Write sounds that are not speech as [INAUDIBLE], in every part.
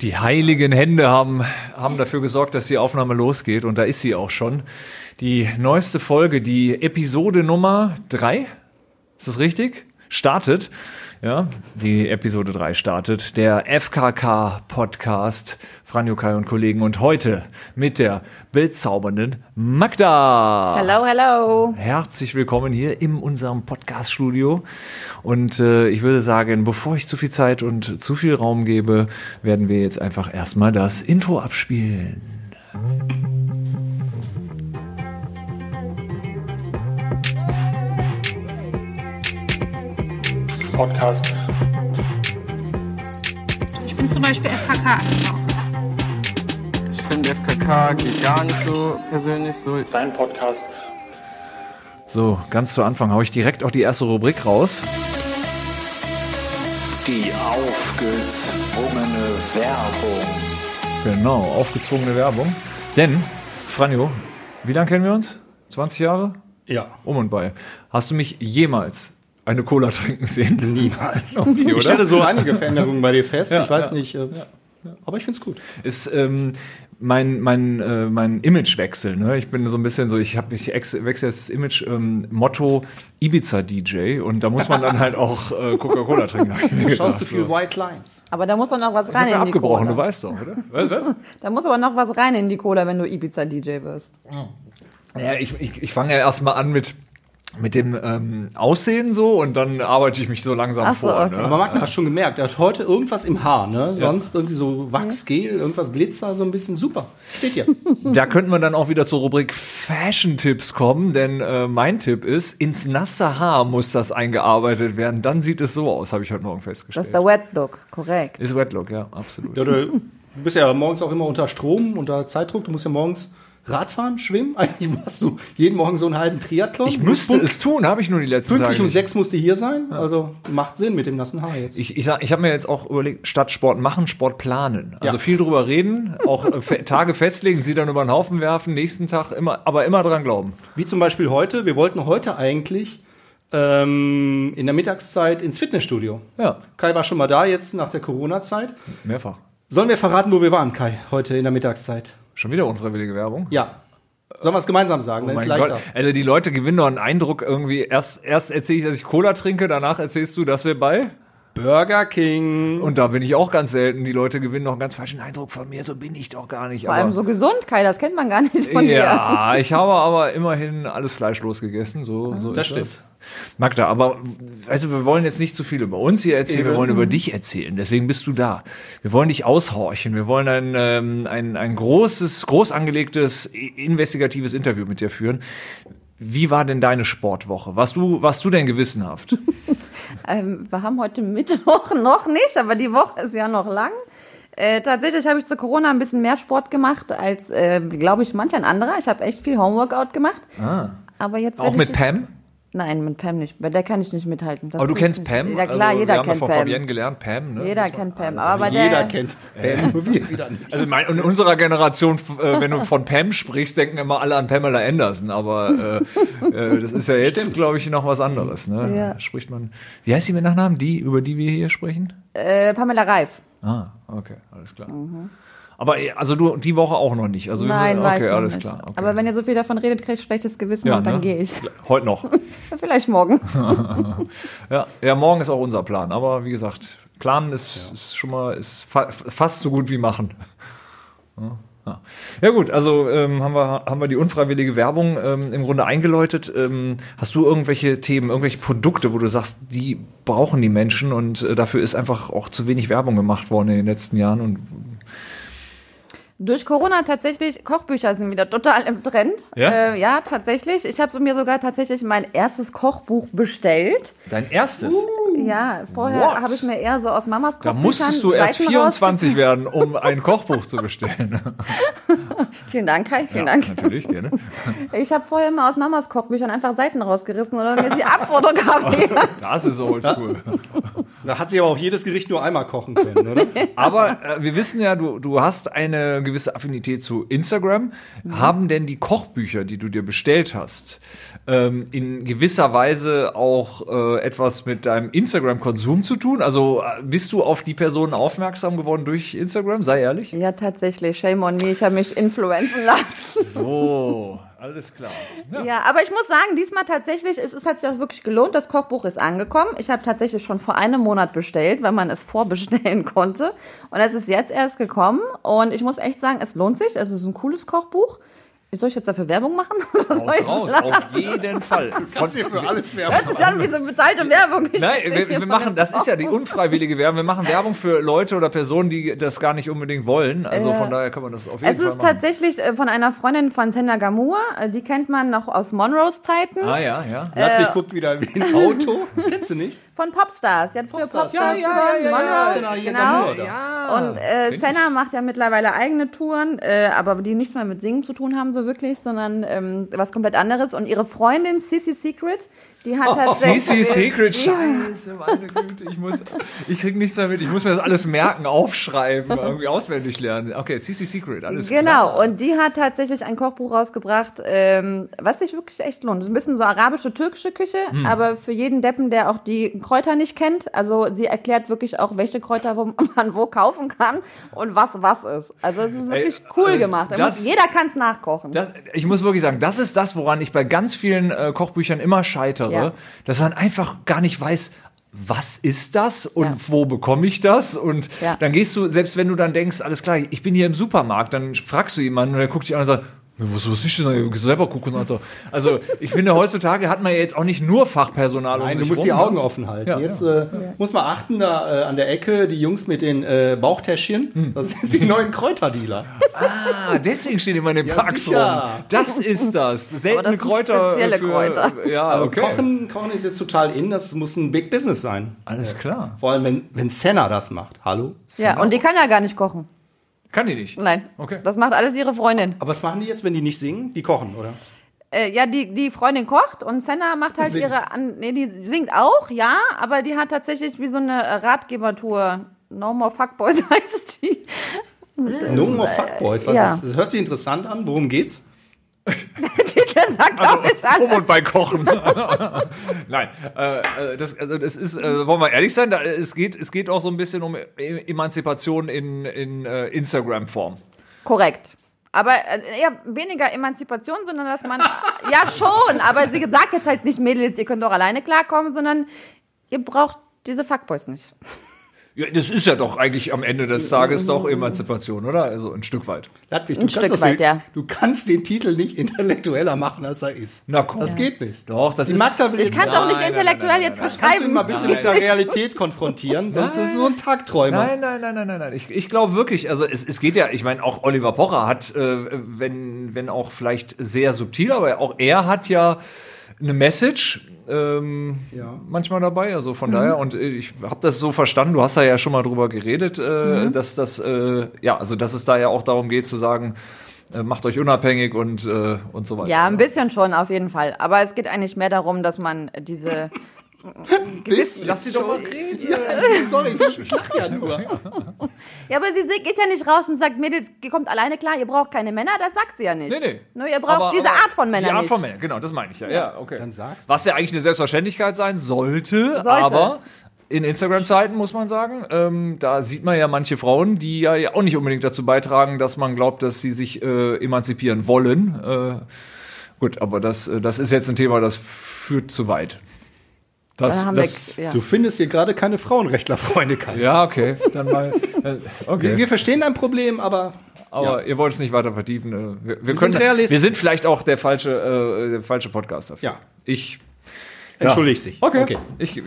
Die heiligen Hände haben, haben dafür gesorgt, dass die Aufnahme losgeht und da ist sie auch schon. Die neueste Folge, die Episode Nummer drei, ist das richtig? Startet. Ja, die Episode drei startet. Der FKK-Podcast Franjo Kai und Kollegen und heute mit der bezaubernden Magda. Hello, hello. Herzlich willkommen hier in unserem Podcast-Studio. Und äh, ich würde sagen, bevor ich zu viel Zeit und zu viel Raum gebe, werden wir jetzt einfach erstmal das Intro abspielen. Podcast. Ich bin zum Beispiel FKK angekommen. Ich finde FKK geht gar nicht so persönlich so. Dein Podcast. So, ganz zu Anfang haue ich direkt auch die erste Rubrik raus. Die aufgezwungene Werbung. Genau, aufgezwungene Werbung. Denn, Franjo, wie lange kennen wir uns? 20 Jahre? Ja. Um und bei. Hast du mich jemals eine Cola trinken sehen? Niemals. nie, Ich [LAUGHS] stelle so einige Veränderungen bei dir fest. ich weiß nicht. Äh, Aber ich finde es gut. ist ähm, mein mein äh, mein Imagewechsel. Ne? Ich bin so ein bisschen so, ich habe ich ex- wechsle jetzt das Image ähm, Motto Ibiza DJ und da muss man dann halt auch äh, Coca-Cola trinken. hab ich mir Du gedacht. schaust zu viel White Lines. Aber da muss doch noch was rein Ich hab in die abgebrochen, du Cola. weißt doch, oder? Was, was? Da muss aber noch was rein in die Cola, wenn du Ibiza-DJ wirst. Ja, ich, ich, ich fange ja erstmal an mit mit dem ähm, Aussehen so und dann arbeite ich mich so langsam Ach so, vor. okay. Ne? Aber Magda hat schon gemerkt, er hat heute irgendwas im Haar, ne? Sonst irgendwie so Wachsgel, irgendwas Glitzer, so ein bisschen super. Steht hier. Da könnten wir dann auch wieder zur Rubrik Fashion-Tipps kommen, denn äh, mein Tipp ist, ins nasse Haar muss das eingearbeitet werden. Dann sieht es so aus, habe ich heute Morgen Das festgestellt. ist der Wet Look, korrekt. Ist Wetlock, ja, absolut. [LAUGHS] Ja, du du bist ja morgens auch immer unter Strom, unter Zeitdruck. Du musst ja morgens Radfahren, schwimmen. [LAUGHS] Eigentlich machst du jeden Morgen so einen halben Triathlon. Ich müsste es tun, habe ich nur die letzten Pünktlich Tage. um nicht. sechs musst du hier sein. Also macht Sinn mit dem nassen Haar jetzt. Ich, ich, sag- ich habe mir jetzt auch überlegt, statt Sport machen, Sport planen. Also Ja. viel drüber reden, auch äh, fe- Tage festlegen, sie dann über den Haufen werfen, nächsten Tag immer, aber immer dran glauben. Wie zum Beispiel heute. Wir wollten heute eigentlich ähm, in der Mittagszeit ins Fitnessstudio. Ja, Kai war schon mal da jetzt nach der Corona-Zeit. mehrfach. Sollen wir verraten, wo wir waren, Kai, heute in der Mittagszeit? Schon wieder unfreiwillige Werbung. Ja. Sollen wir es gemeinsam sagen? Dann ist es mein leichter. Gott, also die Leute gewinnen doch einen Eindruck irgendwie. Erst, erst erzähle ich, dass ich Cola trinke, danach erzählst du, dass wir bei. Burger King. Und da bin ich auch ganz selten. Die Leute gewinnen doch einen ganz falschen Eindruck von mir, so bin ich doch gar nicht. Vor allem so gesund, Kai, das kennt man gar nicht von dir. ja, ich habe aber immerhin alles fleischlos gegessen. So, so Das ist stimmt. Das. Magda, aber weißt du, wir wollen jetzt nicht zu viel über uns hier erzählen, wir Eben. wollen über dich erzählen. Deswegen bist du da. Wir wollen dich aushorchen. Wir wollen ein, ähm, ein, ein großes, groß angelegtes, i- investigatives Interview mit dir führen. Wie war denn deine Sportwoche? Warst du, warst du denn gewissenhaft? Ähm, wir haben heute Mittwoch [LAUGHS] noch nicht, aber die Woche ist ja noch lang. Äh, tatsächlich habe ich zu Corona ein bisschen mehr Sport gemacht als, äh, glaube ich, manch ein anderer. Ich habe echt viel Homeworkout gemacht. Aber jetzt Ah. Auch werde mit ich, Pam? Nein, mit Pam nicht. Bei der kann ich nicht mithalten. Das Aber du tue ich kennst nicht. Pam? Ja klar, also, wir jeder haben ja kennt von Pam. Fabian gelernt, Pam, ne? Jeder kennt Pam. Aber bei Jeder der, kennt. Äh, nur wir wieder nicht. Also mein, in unserer Generation, f- äh, wenn du von Pam sprichst, denken immer alle an Pamela Anderson, aber äh, äh, das ist ja jetzt, glaube ich, noch was anderes. Ne? Ja. Spricht man. Wie heißt sie mit Nachnamen? Die, über die wir hier sprechen? äh, Pamela Reif. Ah, okay, alles klar. Aber äh, also du die Woche auch noch nicht. Also wir Mhm. Nein, müssen- war okay, ich noch alles nicht. klar. Okay. Aber wenn ihr so viel davon redet, kriege ich schlechtes Gewissen und dann ne? gehe ich. [LAUGHS] Heute noch. Vielleicht morgen. Ja, ja, morgen ist auch unser Plan. Aber wie gesagt, planen ist, ist schon mal ist fa fast so gut wie machen. Ja, Ja. ja gut, also ähm, haben, wir, haben wir die unfreiwillige Werbung ähm, im Grunde eingeläutet. Ähm, hast du irgendwelche Themen, irgendwelche Produkte, wo du sagst, die brauchen die Menschen und äh, dafür ist einfach auch zu wenig Werbung gemacht worden in den letzten Jahren? Und Durch Corona tatsächlich, Kochbücher sind wieder total im Trend. Ja? äh, ja tatsächlich. Ich habe mir sogar tatsächlich mein erstes Kochbuch bestellt. dein erstes, Ja, What? vorher habe ich mir eher so aus Mamas da Kochbüchern musstest du erst Seiten raus- 24 werden, um ein Kochbuch zu bestellen. [LAUGHS] Vielen Dank, Kai, vielen Ja, Dank. natürlich, gerne. Ich habe vorher immer aus [LAUGHS] Mamas Kochbüchern einfach Seiten rausgerissen oder mir sie abfotografiert. Das ist oldschool. Da hat sie aber auch jedes Gericht nur einmal kochen können, [LAUGHS] oder? Aber äh, wir wissen ja, du, du hast eine gewisse Affinität zu Instagram. Mhm. Haben denn die Kochbücher, die du dir bestellt hast, ähm, in gewisser Weise auch äh, etwas mit deinem Instagram-Konsum zu tun? Also äh, bist du auf die Personen aufmerksam geworden durch Instagram? Sei ehrlich. Ja, tatsächlich. Shame on me. Ich habe mich influenzen lassen. So, alles klar. Ja. Ja, aber ich muss sagen, diesmal tatsächlich, es, es hat sich auch wirklich gelohnt. Das Kochbuch ist angekommen. Ich habe tatsächlich schon vor einem Monat bestellt, weil man es [LAUGHS] vorbestellen konnte. Und es ist jetzt erst gekommen. Und ich muss echt sagen, es lohnt sich. Es ist ein cooles Kochbuch. Soll ich jetzt dafür Werbung machen? [LAUGHS] Oder soll Aus, ich raus, sagen? auf jeden Fall. Von, alles Hört sich an wie so bezahlte Werbung. Ich Nein, erzähl wir, dir wir von machen, dem das ist ja die Kochbuch. unfreiwillige Werbung. Wir machen Werbung für Leute oder Personen, die das gar nicht unbedingt wollen. Also von daher kann man das auf jeden Es Fall ist machen. tatsächlich äh, von einer Freundin von Sender Gamua. Äh, Die kennt man noch aus Monroes Zeiten. Ah ja, ja. Natürlich guckt wieder wie ein Auto. Kennst du nicht? Von Popstars. Sie hat früher Popstars, Ja, ja, gemacht, ja, ja, ja. Monroes, Senna hier genau. Gamua da. Ah, Und äh, Senna macht ja mittlerweile eigene Touren, äh, aber die nichts mehr mit Singen zu tun haben so wirklich, sondern ähm, was komplett anderes. Und ihre Freundin Sissy Secret, die hat tatsächlich... [LAUGHS] CC Oh, Secret, scheiße, meine Güte, ich muss, ich krieg nichts mehr mit, ich muss mir das alles merken, aufschreiben, irgendwie auswendig lernen. Okay, CC Secret, alles Genau, klar. und die hat tatsächlich ein Kochbuch rausgebracht, ähm, was sich wirklich echt lohnt. Ist ein bisschen so arabische, türkische Küche, Hm. aber für jeden Deppen, der auch die Kräuter nicht kennt. Also sie erklärt wirklich auch, welche Kräuter wo, [LAUGHS] man wo kaufen kann und was was ist. Also es ist wirklich cool also gemacht. Da das- muss- jeder kann es nachkochen. Das, ich muss wirklich sagen, das ist das, woran ich bei ganz vielen äh, Kochbüchern immer scheitere, Ja. dass man einfach gar nicht weiß, was ist das und Ja. wo bekomme ich das? Und Ja. dann gehst du, selbst wenn du dann denkst, alles klar, ich bin hier im Supermarkt, dann fragst du jemanden und der guckt dich an und sagt, "Ja, was, was ist denn da? Ich will selber gucken, Alter. Also ich finde, heutzutage hat man ja jetzt auch nicht nur Fachpersonal um Nein, du sich musst rum, die ne? Augen offen halten. Ja, Jetzt Äh, muss man achten, da äh, an der Ecke die Jungs mit den äh, Bauchtäschchen, Hm. das sind die neuen Kräuterdealer. Ah, deswegen stehen immer in den Ja, Parks sicher. rum. Das ist das. Seltene sind Kräuter. spezielle für, Kräuter. Ja, Aber [LAUGHS] okay. Kochen, Kochen ist jetzt total in, das muss ein Big Business sein. Alles klar. Vor allem, wenn, wenn Senna das macht. Hallo? ja, und die kann ja gar nicht kochen. Kann die nicht. Nein, Okay. das macht alles ihre Freundin. Aber was machen die jetzt, wenn die nicht singen? Die kochen, oder? Äh, ja, die, die Freundin kocht und Senna macht halt Singt. ihre. An nee, die singt auch, ja, aber die hat tatsächlich wie so eine äh, Ratgebertour. No more Fuckboys [LAUGHS] heißt die. No more Fuckboys. Was äh, ja. ist, das hört sich interessant an. Worum geht's? Der sagt, glaube ich, Um alles. und bei Kochen. [LAUGHS] Nein, äh, äh, das, also das ist, äh, wollen wir ehrlich sein, da, es, geht, es geht auch so ein bisschen um E- Emanzipation in, in äh, Instagram-Form. Korrekt. Aber äh, eher weniger Emanzipation, sondern [LAUGHS] dass man. ja, schon, aber sie sagt jetzt halt nicht, Mädels, ihr könnt doch alleine klarkommen, sondern ihr braucht diese Fuckboys nicht. Ja, das ist ja doch eigentlich am Ende Äh, des Tages doch Emanzipation, oder? Also ein Stück weit. Ludwig, du, Ein kannst Stück das weit, nicht- ja. du kannst den Titel nicht intellektueller machen, als er ist. Na komm. Das geht nicht. Doch, das Die ist- Magda will Ich kann es auch Nein, nicht nein, intellektuell nein, nein, jetzt nein. Kannst du ihn beschreiben. mal bitte mit der Realität konfrontieren, sonst ist es so ein Tagträumer. Nein, nein, nein, nein, nein, nein. Ich, ich glaube wirklich, also es, es geht ja, ich meine, auch Oliver Pocher hat, äh, wenn, wenn auch vielleicht sehr subtil, aber auch er hat ja eine Message. Ähm, manchmal dabei, also von daher und äh, ich habe das so verstanden, du hast da ja schon mal drüber geredet, äh, dass das äh, ja, also dass es da ja auch darum geht zu sagen, äh, macht euch unabhängig und äh, und so weiter. Ja, ein bisschen schon, auf jeden Fall. Aber es geht eigentlich mehr darum, dass man diese. Bis, Lass sie doch mal reden. Sorry, ich, [LAUGHS] ich lache ja nur. [LAUGHS] Ja, aber sie geht ja nicht raus und sagt, Mädels, ihr kommt alleine klar, ihr braucht keine Männer, das sagt sie ja nicht. Nee, nee. Nur ihr braucht Aber- diese aber Art von Männern Die Art von nicht. Männern, genau, das meine ich ja. ja okay. Dann sag's. Was ja eigentlich eine Selbstverständlichkeit sein sollte, aber in Instagram-Zeiten muss man sagen, ähm, da sieht man ja manche Frauen, die ja, ja auch nicht unbedingt dazu beitragen, dass man glaubt, dass sie sich äh, emanzipieren wollen. Äh, gut, aber das, äh, das ist jetzt ein Thema, das führt zu weit. Das, Dann haben das, wir, ja. Du findest hier gerade keine Frauenrechtlerfreunde, Kai. ja, okay, dann mal. [LAUGHS] äh, Okay. Wir, wir verstehen dein Problem, aber Aber ihr wollt es nicht weiter vertiefen. äh, Wir, wir, können, Realisten. wir sind vielleicht auch der falsche, äh, der falsche Podcast dafür. Ja. Ich. entschuldigt sich. Okay. Ich, ich,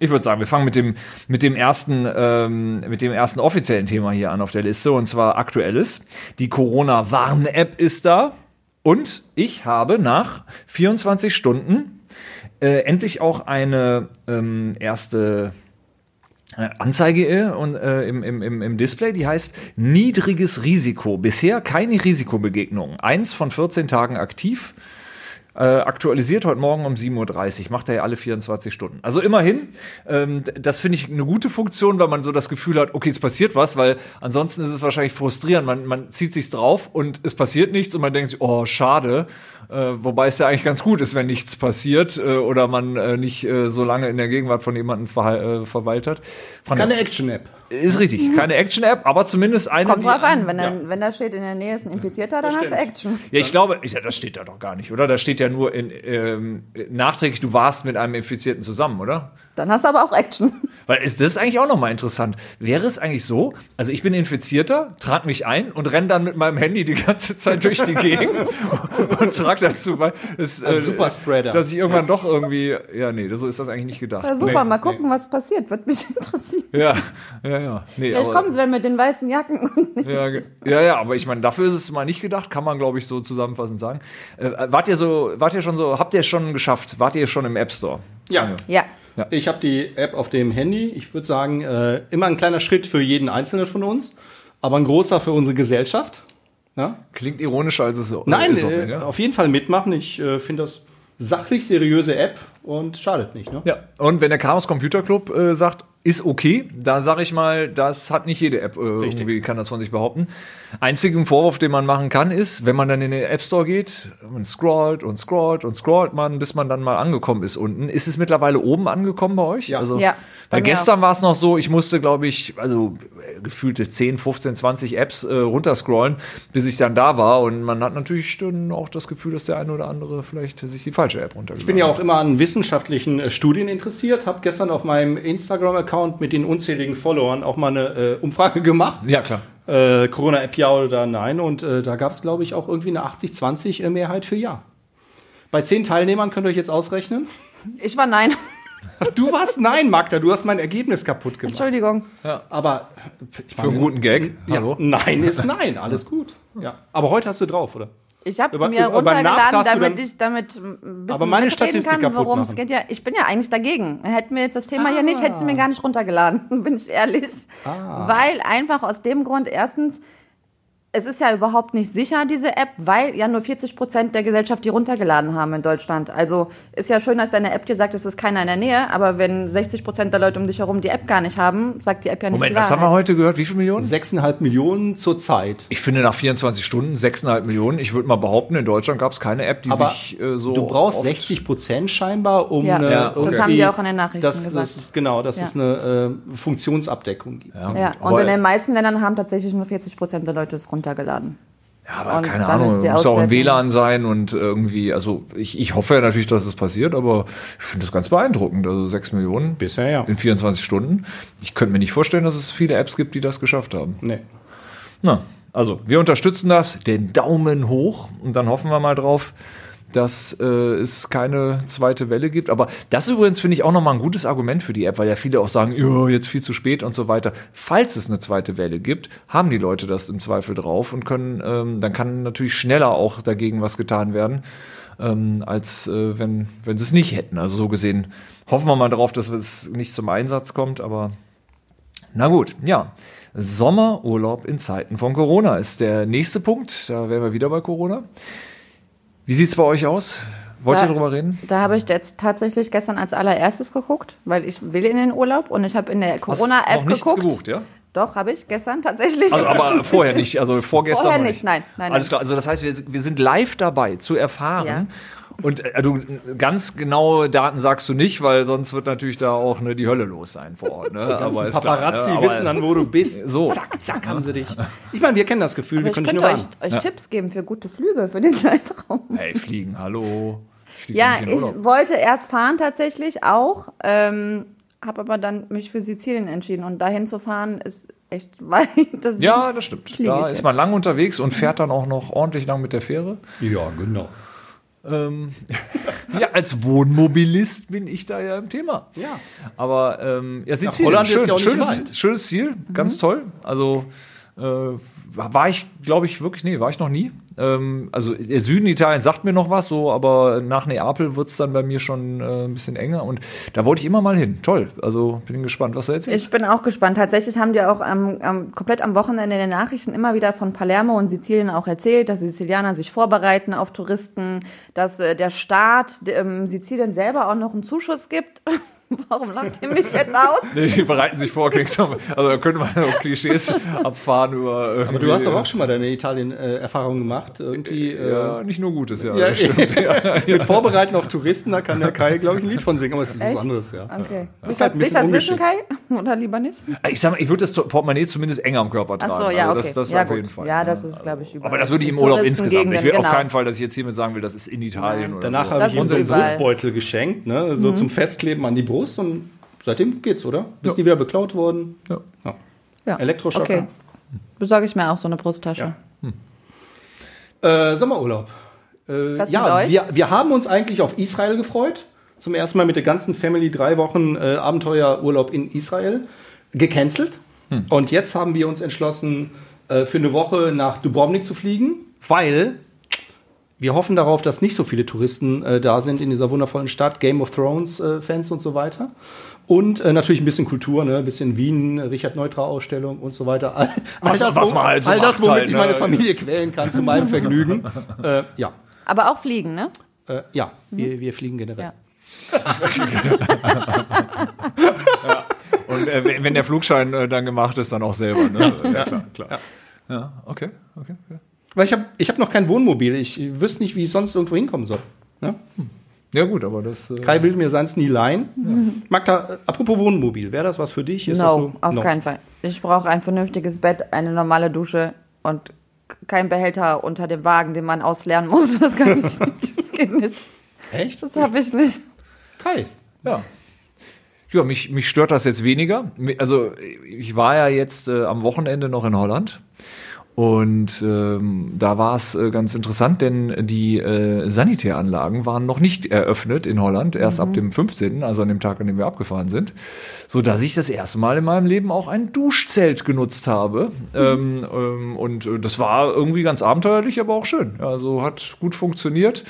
ich würde sagen, wir fangen mit dem, mit, dem ersten, ähm, mit dem ersten offiziellen Thema hier an auf der Liste und zwar aktuelles. Die Corona-Warn-App ist da und ich habe nach 24 Stunden äh, endlich auch eine ähm, erste äh, Anzeige äh, und, äh, im, im, im, im Display, die heißt niedriges Risiko. Bisher keine Risikobegegnung. Eins von 14 Tagen aktiv. Äh, aktualisiert heute Morgen um 7.30 Uhr. Macht er ja alle 24 Stunden. Also immerhin, ähm, d- das finde ich eine gute Funktion, weil man so das Gefühl hat, okay, es passiert was, weil ansonsten ist es wahrscheinlich frustrierend. Man, man zieht sich's drauf und es passiert nichts und man denkt sich, oh, schade. Äh, wobei es ja eigentlich ganz gut ist, wenn nichts passiert äh, oder man äh, nicht äh, so lange in der Gegenwart von jemandem verhal- äh, verweilt hat. Das ist keine Action-App. Ist richtig, keine Action-App, aber zumindest eine. Mhm. Kommt die- drauf an, wenn, dann, wenn da steht, in der Nähe ist ein Infizierter, dann hast du Action. Ja, ich glaube, ja, das steht da doch gar nicht, oder? Da steht ja nur in, ähm, nachträglich, du warst mit einem Infizierten zusammen, oder? Dann hast du aber auch Action. Weil ist das eigentlich auch nochmal interessant. Wäre es eigentlich so, also ich bin Infizierter, trag mich ein und renn dann mit meinem Handy die ganze Zeit durch die Gegend und trag dazu bei. Das, äh, Superspreader. Dass ich irgendwann doch irgendwie, ja, nee, so ist das eigentlich nicht gedacht. Ja, super, nee, mal gucken, was passiert. Wird mich [LAUGHS] interessieren. Ja, ja, ja. Nee, Vielleicht aber- kommen sie dann mit den weißen Jacken und nicht. Ja, ge- ja, ja, aber ich meine, dafür ist es mal nicht gedacht, kann man, glaube ich, so zusammenfassend sagen. Äh, wart ihr so, wart ihr schon so, habt ihr es schon geschafft? Wart ihr schon im App Store? Ja. Ja. Ich habe die App auf dem Handy. Ich würde sagen, äh, immer ein kleiner Schritt für jeden Einzelnen von uns, aber ein großer für unsere Gesellschaft. Ja? Klingt ironischer als es so Nein, ist. auch äh, nicht, ja? auf jeden Fall mitmachen. Ich äh, finde das sachlich seriöse App und schadet nicht. Ne? ja. Und wenn der Chaos Computer Club äh, sagt, ist okay, da sage ich mal, das hat nicht jede App äh, irgendwie, kann das von sich behaupten. Einzigen Vorwurf, den man machen kann, ist, wenn man dann in den App Store geht und scrollt und scrollt und scrollt man, bis man dann mal angekommen ist unten. Ist es mittlerweile oben angekommen bei euch? Ja. Also, Ja, bei Weil gestern mir auch. gestern war es noch so, ich musste, glaube ich, also äh, gefühlte 10, 15, 20 Apps äh, runterscrollen, bis ich dann da war. Und man hat natürlich dann auch das Gefühl, dass der eine oder andere vielleicht äh, sich die falsche App runtergeladen Ich bin ja auch immer an wissenschaftlichen äh, Studien interessiert. Habe gestern auf meinem Instagram-Account mit den unzähligen Followern auch mal eine äh, Umfrage gemacht. Ja, klar. Äh, Corona-App ja oder nein. Und äh, da gab es, glaube ich, auch irgendwie eine 80-20-Mehrheit für ja. Bei zehn Teilnehmern könnt ihr euch jetzt ausrechnen. Ich war nein. [LAUGHS] Du warst [LAUGHS] nein, Magda, du hast mein Ergebnis kaputt gemacht. Entschuldigung. Aber ich Für einen guten Gag. ja, Hallo. nein ist nein, alles gut. Ja. Aber heute hast du drauf, oder? Ich habe Über- mir über- über Nacht runtergeladen, hast du damit dann- ich damit ein bisschen Aber meine mitreden Statistik kann, kaputt worum es machen. Ah. geht. Ja, ich bin ja eigentlich dagegen. Hätten wir jetzt das Thema hier nicht, hättest du mir gar nicht runtergeladen, [LAUGHS] bin ich ehrlich. Weil einfach aus dem Grund, erstens, es ist ja überhaupt nicht sicher, diese App, weil ja nur 40 Prozent der Gesellschaft die runtergeladen haben in Deutschland. Also ist ja schön, dass deine App dir sagt, es ist keiner in der Nähe, aber wenn 60 Prozent der Leute um dich herum die App gar nicht haben, sagt die App ja nicht Moment, die was haben wir Wahrheit. heute gehört? Wie viele Millionen? 6,5 Millionen zurzeit. Ich finde, nach 24 Stunden 6,5 Millionen. Ich würde mal behaupten, in Deutschland gab es keine App, die Aber sich äh, so. du brauchst oft- 60 Prozent scheinbar, um Ja. eine, Ja, okay. Das haben die auch in den Nachrichten dass, gesagt. Dass es, genau, dass Ja. es eine äh, Funktionsabdeckung gibt. Ja, Ja, und aber- in den meisten Ländern haben tatsächlich nur 40 Prozent der Leute es runtergeladen. Ja, aber Und keine dann Ahnung, ist die muss auch im Auswertung- WLAN sein und irgendwie, also ich, ich hoffe ja natürlich, dass es passiert, aber ich finde das ganz beeindruckend. Also 6 Millionen Bisher, ja. in 24 Stunden. Ich könnte mir nicht vorstellen, dass es viele Apps gibt, die das geschafft haben. Nee. Na, also wir unterstützen das, den Daumen hoch und dann hoffen wir mal drauf, dass äh, es keine zweite Welle gibt. Aber das übrigens finde ich auch nochmal ein gutes Argument für die App, weil ja viele auch sagen, ja, jetzt viel zu spät und so weiter. Falls es eine zweite Welle gibt, haben die Leute das im Zweifel drauf und können, ähm, dann kann natürlich schneller auch dagegen was getan werden, ähm, als äh, wenn, wenn sie es nicht hätten. Also so gesehen hoffen wir mal drauf, dass es nicht zum Einsatz kommt, aber na gut, ja. Sommerurlaub in Zeiten von Corona ist der nächste Punkt. Da wären wir wieder bei Corona. Wie sieht's bei euch aus? Wollt Da- ihr drüber reden? Da habe ich jetzt tatsächlich gestern als allererstes geguckt, weil ich will in den Urlaub und ich habe in der Hast noch Corona-App nichts geguckt. gebucht, ja? Doch, habe ich gestern tatsächlich. Also, [LAUGHS] aber vorher nicht, also vorgestern. Vorher noch nicht, nein, nein, Alles nein. klar, also das heißt, wir, wir sind live dabei zu erfahren. Ja. Und äh, du, ganz genaue Daten sagst du nicht, weil sonst wird natürlich da auch ne, die Hölle los sein vor Ort. Ne? Ganzen ist klar, Paparazzi ne? Aber- wissen dann, wo du bist. [LAUGHS] So. Zack, zack, haben sie dich. [LAUGHS] Ich meine, wir kennen das Gefühl, wir ich können dich könnte nur euch, warnen. euch Tipps geben für gute Flüge für den [LAUGHS] Zeitraum. Hey, fliegen, hallo. Ich flieg Ja, nicht in ich Urlaub. wollte erst fahren tatsächlich auch, ähm, habe aber dann mich für Sizilien entschieden und dahin zu fahren ist echt [LAUGHS] weit. Deswegen Ja, das stimmt. fliege da ich ist jetzt. man lang unterwegs und fährt dann auch noch ordentlich lang mit der Fähre. Ja, genau. Ähm, [LAUGHS] ja, als Wohnmobilist bin ich da ja im Thema. Ja. Aber ähm, ja, Sizilien, Holland schön, ist ja auch nicht schönes, weit. schönes Ziel, ganz toll. Also Äh, war ich, glaube ich, wirklich, nee, war ich noch nie. Ähm, also der Süden Italiens sagt mir noch was, so, aber nach Neapel wird's dann bei mir schon äh, ein bisschen enger. Und da wollte ich immer mal hin. Toll. Also bin gespannt, was er jetzt Ich bin auch gespannt. Tatsächlich haben die auch am, am, komplett am Wochenende in den Nachrichten immer wieder von Palermo und Sizilien auch erzählt, dass die Sizilianer sich vorbereiten auf Touristen, dass äh, der Staat ähm, Sizilien selber auch noch einen Zuschuss gibt. [LAUGHS] Warum lacht ihr mich jetzt aus? Nee, die bereiten sich vor, klingt so. Also da könnte man auch [LAUGHS] Klischees abfahren über. äh, Aber du hast doch auch schon mal deine Italien-Erfahrung gemacht. Irgendwie äh, Ja, nicht nur Gutes, ja. ja, [LAUGHS] mit Vorbereiten auf Touristen, da kann der Kai, glaube ich, ein Lied von singen. Aber es ist was Echt? anderes, ja. Okay. Ja, Ist halt ein willst bisschen du das wissen, ungeschickt. Kai? Oder lieber nicht? Ich sag mal, ich würde das Portemonnaie zumindest enger am Körper tragen. Ach so, ja, also okay. das, das ja, auf gut. jeden Fall. Ja, das ist, glaube ich, überall. aber das würde ich im Die Urlaub insgesamt. Touristengegenden, Ich will auf genau. keinen Fall, dass ich jetzt hiermit sagen will, das ist in Italien oder Danach so. habe Das ich ihm ist so einen überall. Mhm. Brustbeutel geschenkt, ne? so zum Festkleben an die Brust und seitdem geht's, oder? Bist nie wieder beklaut worden. Ja. Ja. Elektroschocker. Okay. Besorge ich mir auch so eine Brusttasche. Ja. Äh, Sommerurlaub. Äh, Was mit ja, euch? wir, wir haben uns eigentlich auf Israel gefreut. Zum ersten Mal mit der ganzen Family drei Wochen äh, Abenteuerurlaub in Israel gecancelt. Hm. Und jetzt haben wir uns entschlossen, äh, für eine Woche nach Dubrovnik zu fliegen, weil wir hoffen darauf, dass nicht so viele Touristen äh, da sind in dieser wundervollen Stadt, Game of Thrones-Fans und so weiter. Und äh, natürlich ein bisschen Kultur, ne? ein bisschen Wien, Richard Neutra-Ausstellung und so weiter. All, all Was- was wo- man halt so all das, macht womit halt, ich ne? meine Familie quälen kann, zu [LAUGHS] meinem Vergnügen. äh, ja, Aber auch fliegen, ne? äh, ja wir, wir fliegen generell. Ja. Und äh, wenn wenn der Flugschein äh, dann gemacht ist, dann auch selber. Ne? Ja, klar, klar. Ja, okay, okay. Ja, Weil ich habe ich hab noch kein Wohnmobil. Ich wüsste nicht, wie ich sonst irgendwo hinkommen soll. Ne? ja gut, aber das. Äh, Kai will mir seins nie leihen. Magda, äh, apropos Wohnmobil, wäre das was für dich? Ist das no, so? auf No. keinen Fall. Ich brauche ein vernünftiges Bett, eine normale Dusche und k- kein Behälter unter dem Wagen, den man ausleeren muss. [LAUGHS] Das kann ich nicht. Das geht nicht. Echt? Das habe ich nicht. Kai. Ja. Ja, mich, mich stört das jetzt weniger. Mi- Also ich war ja jetzt äh, am Wochenende noch in Holland und ähm, da war es äh, ganz interessant, denn die äh, Sanitäranlagen waren noch nicht eröffnet in Holland, erst ab dem 15., also an dem Tag, an dem wir abgefahren sind, so dass ich das erste Mal in meinem Leben auch ein Duschzelt genutzt habe. Ähm, ähm, und äh, das war irgendwie ganz abenteuerlich, aber auch schön. Also hat gut funktioniert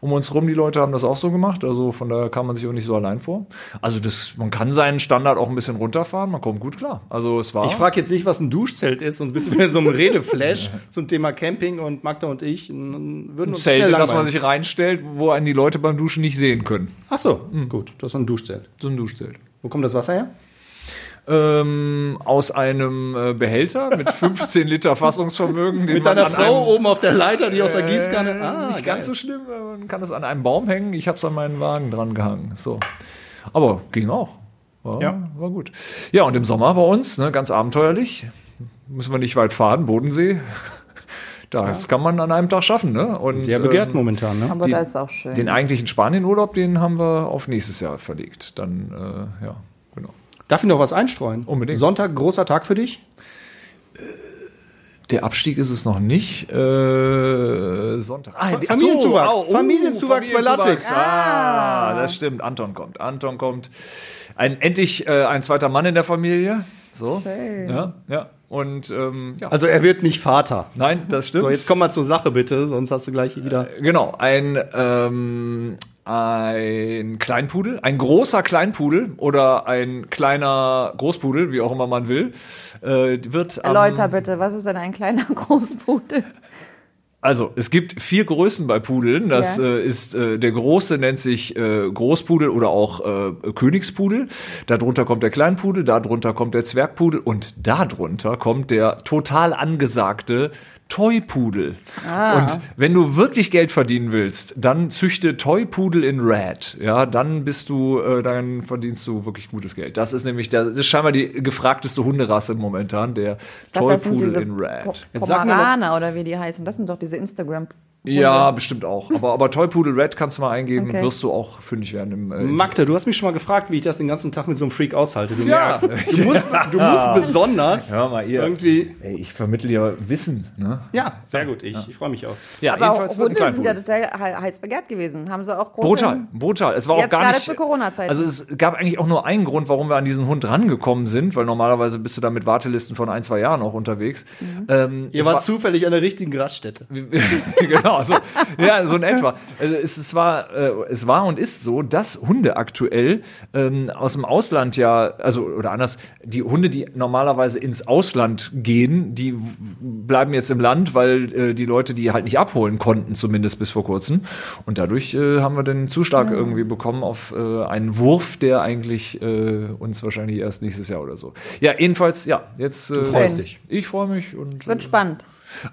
um uns rum, die Leute haben das auch so gemacht. Also von daher kam man sich auch nicht so allein vor. Also das, man kann seinen Standard auch ein bisschen runterfahren, man kommt gut klar. Also es war. Ich frage jetzt nicht, was ein Duschzelt ist, sonst bist du wieder in [LAUGHS] so einem Redeflash zum Thema Camping und Magda und ich n- würden ein uns Zelt, in schnell das man langweilen. sich reinstellt, wo einen die Leute beim Duschen nicht sehen können. Ach so, Hm. gut, das ist ein Duschzelt. So ein Duschzelt. Wo kommt das Wasser her? Ähm, aus einem äh, Behälter [LAUGHS] mit 15 Liter Fassungsvermögen. Den Mit deiner man an Frau einem, oben auf der Leiter, die aus der Gießkanne. Ah, nicht ganz so geil. schlimm, äh, man kann das an einem Baum hängen. Ich habe es an meinen Wagen dran gehangen. So. Aber ging auch. War, Ja. war gut. Ja, und im Sommer bei uns, ne, ganz abenteuerlich, müssen wir nicht weit fahren, Bodensee. [LAUGHS] Das kann man an einem Tag schaffen. Ne? Und, Sehr begehrt ähm, momentan, ne? Aber Die- da ist auch schön. Den eigentlichen Spanienurlaub, den haben wir auf nächstes Jahr verlegt. Dann, äh, ja, genau. Darf ich noch was einstreuen? Unbedingt. Sonntag, großer Tag für dich? Der Abstieg ist es noch nicht. Äh, Sonntag. Ah, die- ach so, Familienzuwachs. au, Familienzuwachs bei Latex. Ah, das stimmt. Anton kommt. Anton kommt. Ein, endlich äh, ein zweiter Mann in der Familie. So. Ja, ja. Und ähm, ja. Also er wird nicht Vater. Nein, das stimmt. So, jetzt komm mal zur Sache bitte, sonst hast du gleich wieder. Genau, ein, ähm, ein Kleinpudel, ein großer Kleinpudel oder ein kleiner Großpudel, wie auch immer man will, äh, wird am Erläuter bitte, was ist denn ein kleiner [LAUGHS] Großpudel? Also, es gibt vier Größen bei Pudeln. Das Ja. äh, ist äh, der große nennt sich äh, Großpudel oder auch äh, Königspudel. Darunter kommt der Kleinpudel, darunter kommt der Zwergpudel und darunter kommt der total angesagte Toypudel. Ah. Und wenn du wirklich Geld verdienen willst, dann züchte Toypudel in Red. Ja, dann bist du, äh, dann verdienst du wirklich gutes Geld. Das ist nämlich, der- das ist scheinbar die gefragteste Hunderasse momentan, der Ich glaub, das sind Toypudel diese in Red. Po- Jetzt sag mir Pomeraner oder wie die heißen. Das sind doch diese Instagram Ja, bestimmt auch. Aber, aber Tollpudel Red kannst du mal eingeben, Okay. wirst du auch fündig werden. Im, äh, Magda, du hast mich schon mal gefragt, wie ich das den ganzen Tag mit so einem Freak aushalte. Du Ja. merkst, du musst, [LAUGHS] du musst besonders Hör mal, ihr- irgendwie. ey, ich vermittle ja Wissen. Ne? Ja, sehr gut. Ich, ich freue mich auch. Ja, Aber auch wird ein Hunde sind ja Kleinpudel. total he- heiß begehrt gewesen. Haben sie auch große... Brutal, brutal. Es war auch Jetzt gar gerade nicht. zur Corona-Zeit. Also es gab eigentlich auch nur einen Grund, warum wir an diesen Hund rangekommen sind, weil normalerweise bist du da mit Wartelisten von ein, zwei Jahren auch unterwegs. Mhm. Ähm, Ihr es wart zufällig an der richtigen Graststätte. [LAUGHS] genau, so, ja, so in etwa. Also es, es, war, äh, es war und ist so, dass Hunde aktuell ähm, aus dem Ausland ja, also oder anders, die Hunde, die normalerweise ins Ausland gehen, die w- bleiben jetzt im Land, weil äh, die Leute die halt nicht abholen konnten, zumindest bis vor kurzem. Und dadurch äh, haben wir den Zuschlag irgendwie bekommen auf äh, einen Wurf, der eigentlich äh, uns wahrscheinlich erst nächstes Jahr oder so. Ja, jedenfalls, ja, jetzt äh, freust dich. Ich freue mich und äh, Wird spannend.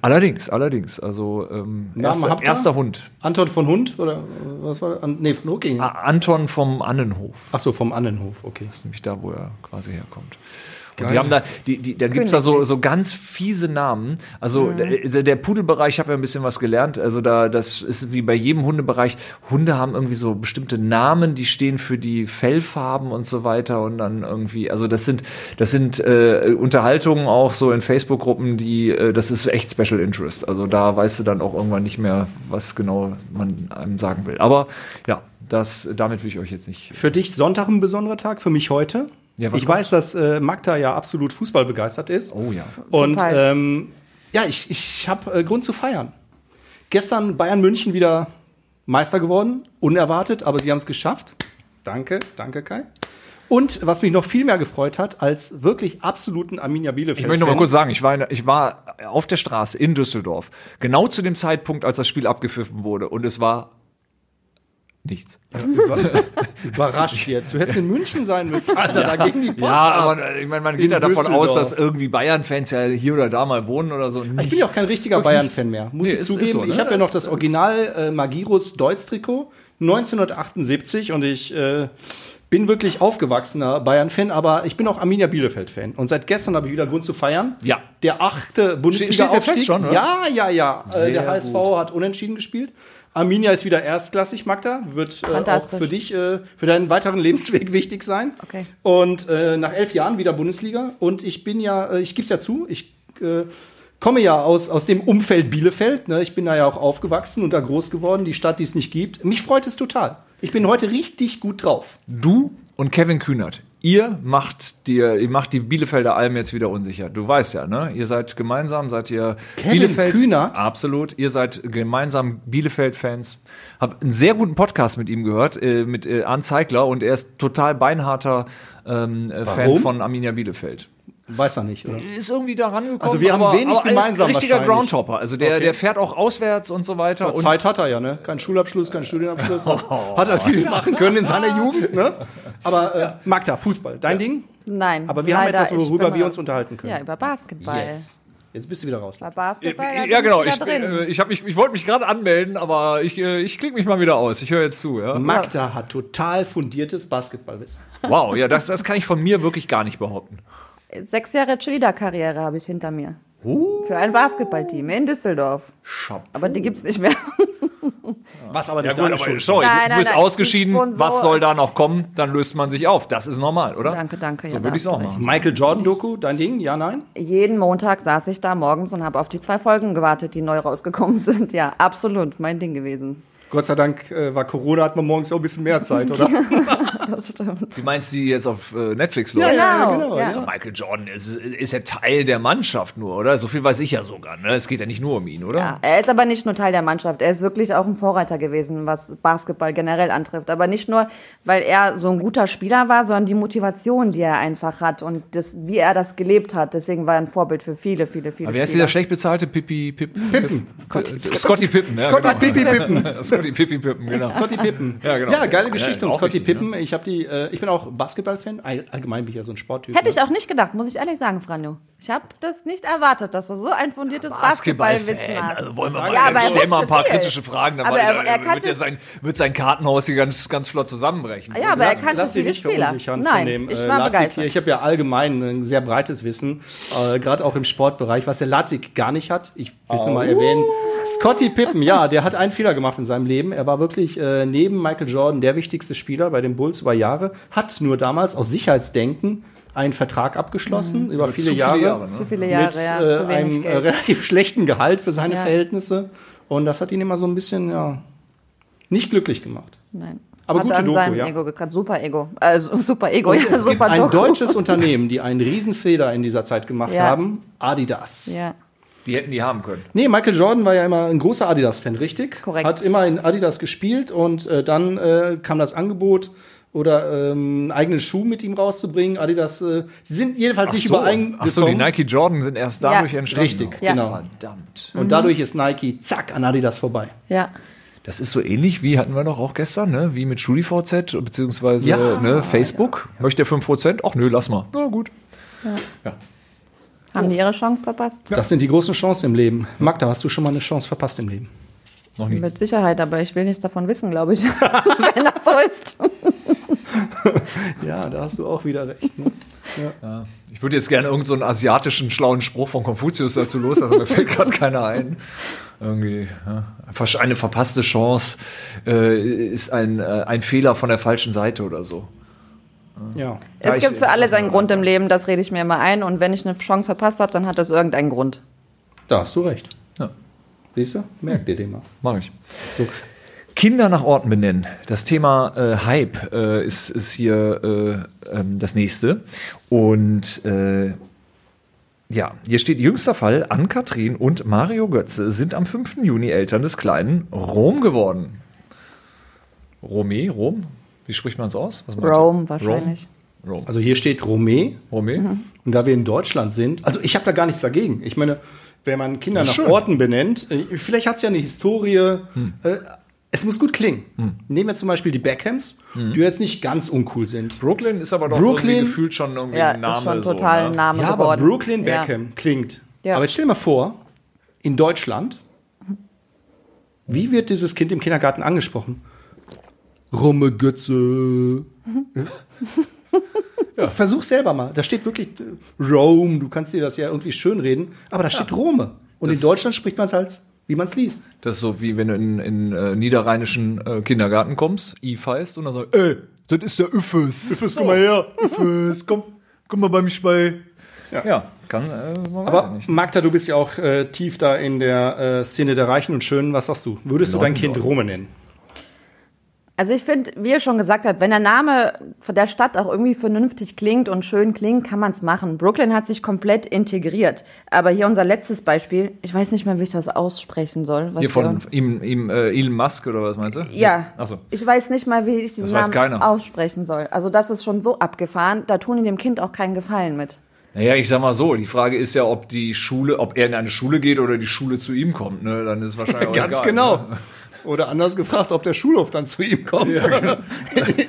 Allerdings, allerdings. Also ähm, Namen erster, habt ihr? erster Hund. Anton von Hund oder äh, was war das? An, nee, von Hooking. A- Anton vom Annenhof. Ach so, vom Annenhof, okay. Das ist nämlich da, wo er quasi herkommt. Und die haben da, die, die, da gibt's da so, Königlich. so ganz fiese Namen. Also der, der Pudelbereich, ich habe ja ein bisschen was gelernt. Also da, das ist wie bei jedem Hundebereich. Hunde haben irgendwie so bestimmte Namen, die stehen für die Fellfarben und so weiter. Und dann irgendwie, also das sind, das sind äh, Unterhaltungen auch so in Facebook-Gruppen, die, äh, das ist echt Special Interest. Also da weißt du dann auch irgendwann nicht mehr, was genau man einem sagen will. Aber ja, das, damit will ich euch jetzt nicht. Für dich Sonntag ein besonderer Tag, für mich heute. Ja, was ich weiß, dass äh, Magda ja absolut fußballbegeistert ist. Oh ja. Und Total. ähm, ja, ich, ich habe äh, Grund zu feiern. Gestern Bayern München wieder Meister geworden, unerwartet, aber sie haben es geschafft. Danke, danke Kai. Und was mich noch viel mehr gefreut hat, als wirklich absoluten Arminia Bielefeld. Ich möchte noch mal kurz sagen, ich war, in, ich war auf der Straße in Düsseldorf, genau zu dem Zeitpunkt, als das Spiel abgepfiffen wurde und es war nichts. überrascht jetzt. Du hättest in München sein müssen, Alter, da ging die Post Ja, ab. aber äh, ich meine, man geht In ja davon aus, Düsseldorf. dass irgendwie Bayern-Fans ja hier oder da mal wohnen oder so. Ich bin ja auch kein richtiger Wirklich Bayern-Fan mehr, muss Nee, ich ist- zugeben. ist so, ne? Ich habe ja noch Das- das Original äh, Magirus Deutz-Trikot 1978 und ich äh, bin wirklich aufgewachsener Bayern-Fan, aber ich bin auch Arminia Bielefeld-Fan. Und seit gestern habe ich wieder Grund zu feiern. Ja. Der achte steht's jetzt fest Bundesliga-Aufstieg. schon, oder? Ja, ja, ja. Äh, der Sehr HSV gut. hat unentschieden gespielt. Arminia ist wieder erstklassig, Magda. Wird äh, auch Fantastisch. für dich, äh, für deinen weiteren Lebensweg [LAUGHS] wichtig sein. Okay. Und äh, nach elf Jahren wieder Bundesliga. Und ich bin ja, äh, ich gebe es ja zu, ich äh, komme ja aus, aus dem Umfeld Bielefeld. Ne? Ich bin da ja auch aufgewachsen und da groß geworden, die Stadt, die es nicht gibt. Mich freut es total. Ich bin heute richtig gut drauf. Du und Kevin Kühnert, ihr macht dir, ihr macht die Bielefelder Alm jetzt wieder unsicher. Du weißt ja, ne? Ihr seid gemeinsam, seid ihr Kevin Kühnert? Absolut. Ihr seid gemeinsam Bielefeld-Fans. Hab einen sehr guten Podcast mit ihm gehört, äh, mit äh, Arndt Zeigler und er ist total beinharter ähm, äh, Fan Warum? von Arminia Bielefeld. Weiß er nicht, oder? Ist irgendwie da rangekommen. Also wir haben aber, wenig aber er Ist gemeinsam ein richtiger wahrscheinlich. Groundhopper. Also der, Okay. der fährt auch auswärts und so weiter. Und Zeit hat er ja, ne? Kein Schulabschluss, kein Studienabschluss. Hat er viel machen können in seiner Jugend, ne? Aber äh, Magda, Fußball, dein Ding? Nein. Aber wir haben leider, etwas, ich worüber bin wir uns raus. unterhalten können. Ja, über Basketball. Yes. Jetzt bist du wieder raus. Bei Basketball. da Ja, bin genau. Ich, Ich, wieder drin. äh, ich, hab mich- ich wollte mich gerade anmelden, aber ich, äh, ich klinge mich mal wieder aus. Ich höre jetzt zu. [LAUGHS] Ja? Magda hat total fundiertes Basketballwissen. Wow, ja, das, das kann ich von mir wirklich gar nicht behaupten. Sechs Jahre Cheerleader-Karriere habe ich hinter mir. Für ein Basketballteam in Düsseldorf. Schab. Aber die gibt's nicht mehr. [LAUGHS] Was aber Ja, nicht gut, deine aber sorry, Schuld. du, Nein, du nein, bist nein, ausgeschieden. die Sponsoren- Was soll da noch kommen? Dann löst man sich auf. Das ist normal, oder? Danke, danke, So ja, würde da ich es auch hast du machen. Michael Jordan Doku, dein Ding? Ja, nein? Jeden Montag saß ich da morgens und habe auf die zwei Folgen gewartet, die neu rausgekommen [LAUGHS] sind. Ja, absolut mein Ding gewesen. Gott sei Dank äh, war Corona, hat man morgens auch ein bisschen mehr Zeit, [LAUGHS] oder? Das stimmt. Du meinst, die jetzt auf äh, Netflix läuft? Ja, ja, Genau, genau, ja. ja. Michael Jordan ist, ist ja Teil der Mannschaft nur, oder? So viel weiß ich ja sogar. Ne? Es geht ja nicht nur um ihn, oder? Ja, er ist aber nicht nur Teil der Mannschaft, er ist wirklich auch ein Vorreiter gewesen, was Basketball generell antrifft. Aber nicht nur, weil er so ein guter Spieler war, sondern die Motivation, die er einfach hat und das, wie er das gelebt hat. Deswegen war er ein Vorbild für viele, viele, viele Aber wer ist Spieler. dieser schlecht bezahlte Pippi Pip? Pippen. Scotty, Scotty Pippen. ja, Scotty genau. Pippi [LAUGHS] Pippen. Scotty Pippi Pippen, genau. Scotty Pippen. Ja, genau. geile Ja, Geschichte. auch und Scotty richtig, ne? Pippen, ich habe habe die, äh, ich bin auch Basketballfan. All, allgemein bin ich ja so ein Sporttyp. Hätte ne? ich auch nicht gedacht, muss ich ehrlich sagen, Franjo. Ich habe das nicht erwartet, dass du so ein fundiertes Basketballwissen hast. Also wollen wir Ja, mal, aber er jetzt stellen mal ein paar wusste viel. kritische Fragen, dann Aber mal- er- er dann wird, kannte- ja sein, wird sein Kartenhaus hier ganz, ganz flott zusammenbrechen. ja, aber Lass, er kannte lass dich viele nicht Spieler. verunsichern Nein, von dem ich äh, war Lattek begeistert. hier. Ich habe ja allgemein ein sehr breites Wissen, äh, gerade auch im Sportbereich, was der Latik gar nicht hat. Ich will es nur mal erwähnen. Scotty Pippen, ja, der hat einen Fehler gemacht in seinem Leben. Er war wirklich äh, neben Michael Jordan der wichtigste Spieler bei den Bulls über Jahre, hat nur damals aus Sicherheitsdenken einen Vertrag abgeschlossen über Zu viele, Jahre ne? zu Mhm. viele Jahre, mit ja, äh, zu wenig einem äh, Geld. relativ [LAUGHS] schlechten Gehalt für seine Ja. Verhältnisse. Und das hat ihn immer so ein bisschen ja, nicht glücklich gemacht. Nein. Aber Hat gute er an Doku, seinem ja. Ego gekratzt. Super Ego. Also super Ego, ja, Es gibt super ein Doku. deutsches Unternehmen, die einen Riesenfehler in dieser Zeit gemacht Ja. haben. Adidas. Ja. Die hätten die haben können. Nee, Michael Jordan war ja immer ein großer Adidas-Fan, richtig? Korrekt. Hat immer in Adidas gespielt und äh, dann äh, kam das Angebot oder ähm, einen eigenen Schuh mit ihm rauszubringen. Adidas, äh, die sind jedenfalls nicht Ach so, die übereingekommen. Nike Jordan sind erst dadurch Ja. entstanden. Richtig, Ja. genau. Verdammt. Mhm. Und dadurch ist Nike zack an Adidas vorbei. Ja. Das ist so ähnlich wie, hatten wir doch auch gestern, ne? wie mit StudiVZ beziehungsweise Ja, ne, Facebook. Möchte er 5%? Ach nö, lass mal. Na gut. Haben die ihre Chance verpasst? Das sind die großen Chancen im Leben. Magda, hast du schon mal eine Chance verpasst im Leben? Noch nie. Mit Sicherheit, aber ich will nichts davon wissen, glaube [LAUGHS] ich. [LAUGHS] Wenn das so ist. Ja, da hast du auch wieder recht. Ne? Ich würde jetzt gerne irgendeinen so einen asiatischen schlauen Spruch von Konfuzius dazu loslassen, mir fällt gerade keiner ein. Irgendwie, ja. Versch- Eine verpasste Chance äh, ist ein, äh, ein Fehler von der falschen Seite oder so. Ja. äh, Es ich- gibt für alles einen Grund im Leben, das rede ich mir immer ein. Und wenn ich eine Chance verpasst habe, dann hat das irgendeinen Grund. Da hast du recht. Ja. Siehst du? Merk dir den mal. Mach ich. Kinder nach Orten benennen. Das Thema äh, Hype äh, ist, ist hier äh, ähm, das nächste. Und äh, ja, hier steht jüngster Fall. Ann-Kathrin und Mario Götze sind am 5. Juni Eltern des kleinen Rom geworden. Romé, Rom? Wie spricht man es aus? Was meint ihr? Rome wahrscheinlich. Mhm. Rome. Also hier steht Romé. Romé? Und da wir in Deutschland sind, also ich habe da gar nichts dagegen. Ich meine, wenn man Kinder nach schön. Orten benennt, äh, vielleicht hat es ja eine Historie. Äh, es muss gut klingen. Nehmen wir zum Beispiel die Beckhams, die jetzt nicht ganz uncool sind. Brooklyn ist aber doch Brooklyn- irgendwie gefühlt schon irgendwie Ja, ein Name. ist schon so, total ein ne? Name Ja, aber geworden. Brooklyn Ja. Beckham klingt. Ja. Aber jetzt stell dir mal vor, in Deutschland, wie wird dieses Kind im Kindergarten angesprochen? [LAUGHS] Rumme Götze. ja, versuch selber mal. Da steht wirklich äh, Rome, du kannst dir das ja irgendwie schönreden, aber da steht Rome. Und in Deutschland spricht man es halt, wie man es liest. Das ist so wie wenn du in, in äh, niederrheinischen äh, Kindergarten kommst, I feist und dann äh, sagst, ey, das ist der Üffes. Üffes, oh. komm mal her. Üffes, komm, komm mal bei mich bei. Ja, kann, äh, man weiß ja Aber nicht. Magda, du bist ja auch äh, tief da in der äh, Szene der Reichen und Schönen. Was sagst du? Würdest du dein Kind Rome nennen? Also ich finde, wie ihr schon gesagt habt, wenn der Name von der Stadt auch irgendwie vernünftig klingt und schön klingt, kann man es machen. Brooklyn hat sich komplett integriert. Aber hier unser letztes Beispiel, ich weiß nicht mal, wie ich das aussprechen soll. Was Hier von ihm, ihm äh, Elon Musk oder was meinst du? ja, Achso. ich weiß nicht mal, wie ich diesen Das weiß Namen keiner. aussprechen soll. Also das ist schon so abgefahren, da tun die dem Kind auch keinen Gefallen mit. Naja, ich sag mal so, die Frage ist ja, ob die Schule, ob er in eine Schule geht oder die Schule zu ihm kommt, ne? Dann ist es wahrscheinlich [LAUGHS] auch Ganz egal, genau. Ne? Oder anders gefragt, ob der Schulhof dann zu ihm kommt. [LAUGHS]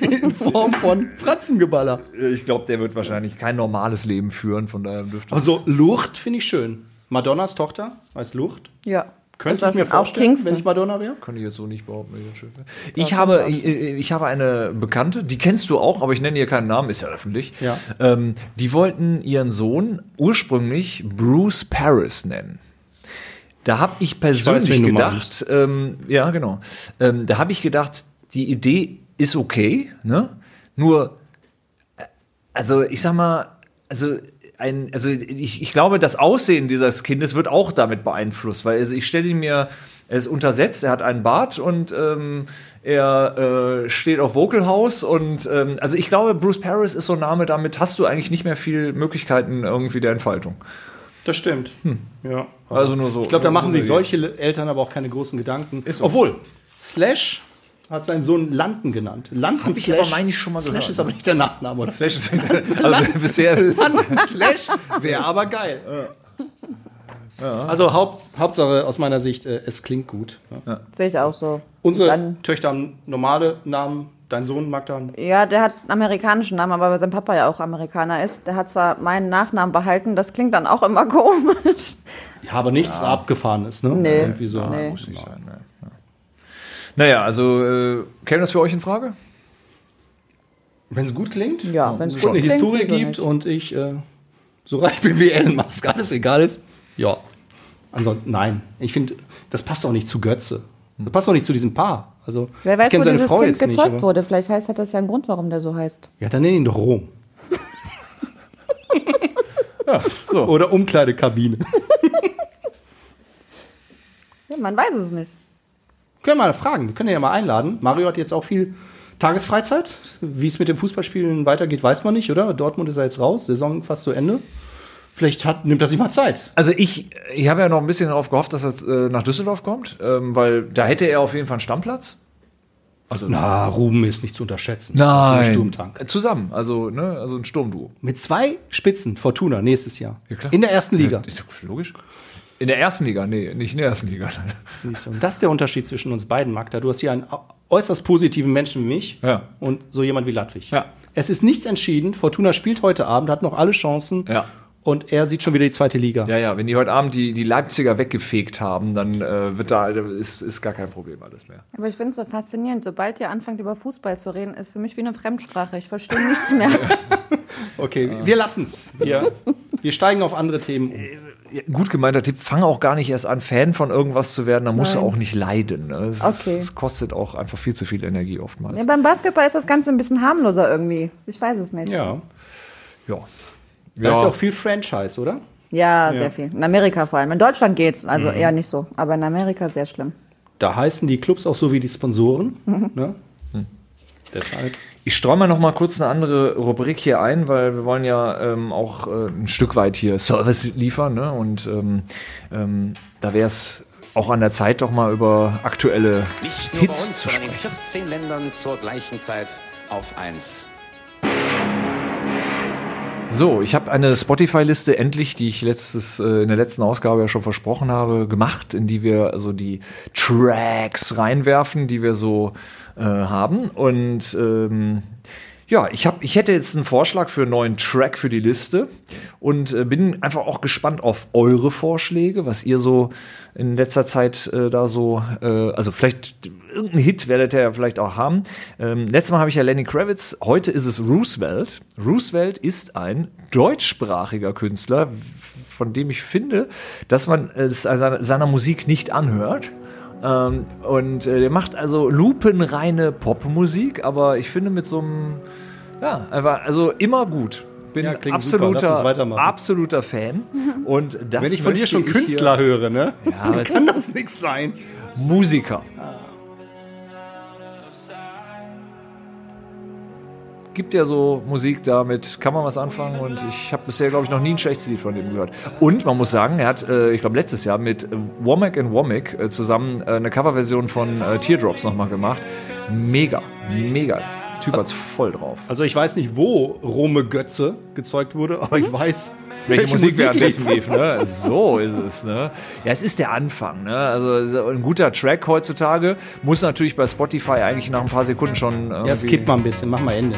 In Form von Fratzengeballer. ne? Ich glaube, der wird wahrscheinlich kein normales Leben führen, von daher dürfte Also Lucht finde ich schön. Madonnas Tochter heißt Lucht. Ja. Könnte Das ich mir ist auch vorstellen, Kingston. wenn ich Madonna wäre. Könnte ich jetzt so nicht behaupten. Ich, schön finde. ich, habe, ich, ich habe eine Bekannte, die kennst du auch, aber ich nenne ihr keinen Namen, ist ja öffentlich. Ja. Ähm, die wollten ihren Sohn ursprünglich Bruce Paris nennen. Da habe ich persönlich wen du gedacht, meinst. ähm, ja genau, ähm, da habe ich gedacht, die Idee ist okay, ne? Nur, äh, also ich sag mal, also ein, also ich, ich glaube, das Aussehen dieses Kindes wird auch damit beeinflusst, weil also ich stelle ihn mir, er ist untersetzt, er hat einen Bart und ähm, er äh, steht auf Vocal House und ähm, also ich glaube, Bruce Paris ist so ein Name, damit hast du eigentlich nicht mehr viel Möglichkeiten irgendwie der Entfaltung. Das stimmt. Ja. Hm. Also nur so. Ich glaube, da nur machen so sich eine Idee. solche Le- Eltern aber auch keine großen Gedanken. Obwohl, Slash hat seinen Sohn Landen genannt. Landen Hab ich Slash. aber, meine ich, schon mal Slash gehört. ne? ist aber nicht der Nachname. Oder? Slash ist also bisher Landen Slash wäre aber geil. Also Haupt, Hauptsache aus meiner Sicht, äh, es klingt gut. Ja. Sehe ich auch so. Unsere Dann- Töchter haben normale Namen, Dein Sohn mag dann. Ja, der hat einen amerikanischen Namen, aber weil sein Papa ja auch Amerikaner ist, der hat zwar meinen Nachnamen behalten, das klingt dann auch immer [LAUGHS] komisch. Ja, aber nichts abgefahren ist, ne? Nee. Irgendwie so. Nee. Muss nicht sein, ne? ja. Naja, also äh, käme das für euch in Frage? Wenn es gut klingt, Ja, wenn es es gut Genau. eine klingt, Historie wieso gibt nicht? und ich äh, so reich bin wie Elon Musk, alles egal ist, ja. Ansonsten, nein. Ich finde, das passt auch nicht zu Götze. Das passt auch nicht zu diesem Paar. Also, Wer weiß, ich kenne wo seine dieses Frau Kind jetzt nicht. gezeugt aber- wurde. Vielleicht heißt, hat das ja einen Grund, warum der so heißt. Ja, dann nenn ihn doch Rom. So. Oder Umkleidekabine. Ja, man weiß es nicht. können wir mal fragen. Wir können ihn ja mal einladen. Mario hat jetzt auch viel Tagesfreizeit. Wie es mit dem Fußballspielen weitergeht, weiß man nicht, oder? Dortmund ist ja jetzt raus, Saison fast zu Ende. Vielleicht hat, nimmt er sich mal Zeit. Also ich, ich habe ja noch ein bisschen darauf gehofft, dass er äh, nach Düsseldorf kommt, ähm, weil da hätte er auf jeden Fall einen Stammplatz. Also Na, Ruben ist nicht zu unterschätzen. Im Sturmtank. Zusammen, also, ne, also ein Sturmduo. Mit zwei Spitzen Fortuna nächstes Jahr. Ja, klar. In der ersten Liga. Ja, logisch. In der ersten Liga, nee, nicht in der ersten Liga. [LAUGHS] Und das ist der Unterschied zwischen uns beiden, Magda. Du hast hier einen au- äußerst positiven Menschen wie mich Ja. und so jemand wie Ludwig. Ja. Es ist nichts entschieden. Fortuna spielt heute Abend, hat noch alle Chancen. Ja. Und er sieht schon wieder die zweite Liga. Ja, ja, wenn die heute Abend die, die Leipziger weggefegt haben, dann äh, wird da, ist, ist gar kein Problem alles mehr. Aber ich finde es so faszinierend. Sobald ihr anfangt, über Fußball zu reden, ist für mich wie eine Fremdsprache. Ich verstehe nichts [LAUGHS] mehr. Okay, wir lassen's. Wir, wir steigen auf andere Themen. um. Gut gemeinter Tipp, fang auch gar nicht erst an, Fan von irgendwas zu werden, dann musst du auch nicht leiden. ne? Es, ist- Okay. es kostet auch einfach viel zu viel Energie oftmals. ja, beim Basketball ist das Ganze ein bisschen harmloser irgendwie. Ich weiß es nicht. Ja. Ja. Da ist Ja. ja auch viel Franchise, oder? Ja, sehr viel. In Amerika vor allem. In Deutschland geht's, also Mhm. eher nicht so. Aber in Amerika sehr schlimm. Da heißen die Clubs auch so wie die Sponsoren. Ne? Hm. Deshalb. Ich streue mal noch mal kurz eine andere Rubrik hier ein, weil wir wollen ja ähm, auch äh, ein Stück weit hier Service liefern. Ne? Und ähm, ähm, da wäre es auch an der Zeit, doch mal über aktuelle Nicht nur bei Hits uns, zu sondern in sprechen. 14 Ländern zur gleichen Zeit auf 1. So, ich habe eine Spotify-Liste endlich, die ich letztes äh, in der letzten Ausgabe ja schon versprochen habe, gemacht, in die wir also die Tracks reinwerfen, die wir so äh, haben. Und ähm, ja, ich habe, ich hätte jetzt einen Vorschlag für einen neuen Track für die Liste und äh, bin einfach auch gespannt auf eure Vorschläge, was ihr so in letzter Zeit äh, da so, äh, also vielleicht irgendeinen Hit werdet ihr ja vielleicht auch haben. Ähm, letztes Mal habe ich ja Lenny Kravitz, heute ist es Roosevelt. Roosevelt ist ein deutschsprachiger Künstler, von dem ich finde, dass man es an seiner- seiner Musik nicht anhört. Ähm, und äh, der macht also lupenreine Popmusik, aber ich finde mit so einem, ja, einfach, also immer gut. Bin Ja, klingt super. Lass uns absoluter, weitermachen. absoluter [LAUGHS] Fan. Und das Wenn ich von dir möchte schon ich Künstler höre, ne? Ja, aber Dann es- kann das nichts sein. hier, Musiker. Gibt ja so Musik damit, kann man was anfangen und ich habe bisher, glaube ich, noch nie ein schlechtes Lied von dem gehört. Und man muss sagen, er hat, äh, ich glaube, letztes Jahr mit äh, Womack and Womack äh, zusammen äh, eine Coverversion von äh, Teardrops nochmal gemacht. Mega, mega. Typ hat's voll drauf. Also ich weiß nicht, wo Rome Götze gezeugt wurde, aber ich weiß, welche Musik währenddessen lief. lief. Ne? So ist es. Ne? Ja, es ist der Anfang. Ne? Also so ein guter Track heutzutage muss natürlich bei Spotify eigentlich nach ein paar Sekunden schon. Ja, irgendwie- skip mal ein bisschen, mach mal Ende.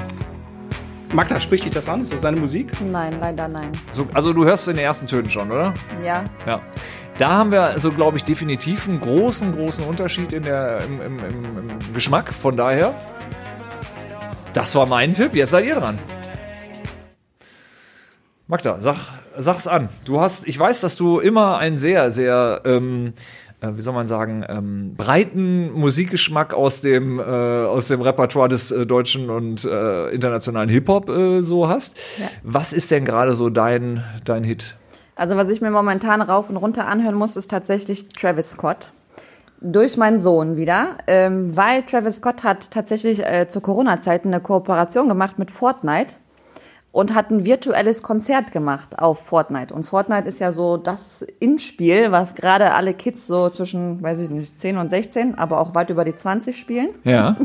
Magda, spricht dich das an? Ist das deine Musik? Nein, leider nein. so, also du hörst in den ersten Tönen schon, oder? Ja. Ja. Da haben wir also, glaube ich, definitiv einen großen, großen Unterschied in der, im, im, im, im Geschmack. Von daher, das war mein Tipp. Jetzt seid ihr dran. Magda, sag, sag's an. Du hast, ich weiß, dass du immer einen sehr, sehr, ähm, äh, wie soll man sagen, ähm, breiten Musikgeschmack aus dem, äh, aus dem Repertoire des äh, deutschen und äh, internationalen Hip-Hop äh, so hast. Was ist denn gerade so dein, dein Hit? Also was ich mir momentan rauf und runter anhören muss, ist tatsächlich Travis Scott. Durch meinen Sohn wieder, ähm, weil Travis Scott hat tatsächlich äh, zu Corona-Zeiten eine Kooperation gemacht mit Fortnite und hat ein virtuelles Konzert gemacht auf Fortnite. Und Fortnite ist ja so das In-Spiel, was gerade alle Kids so zwischen, weiß ich nicht, 10 und 16, aber auch weit über die 20 spielen. Ja.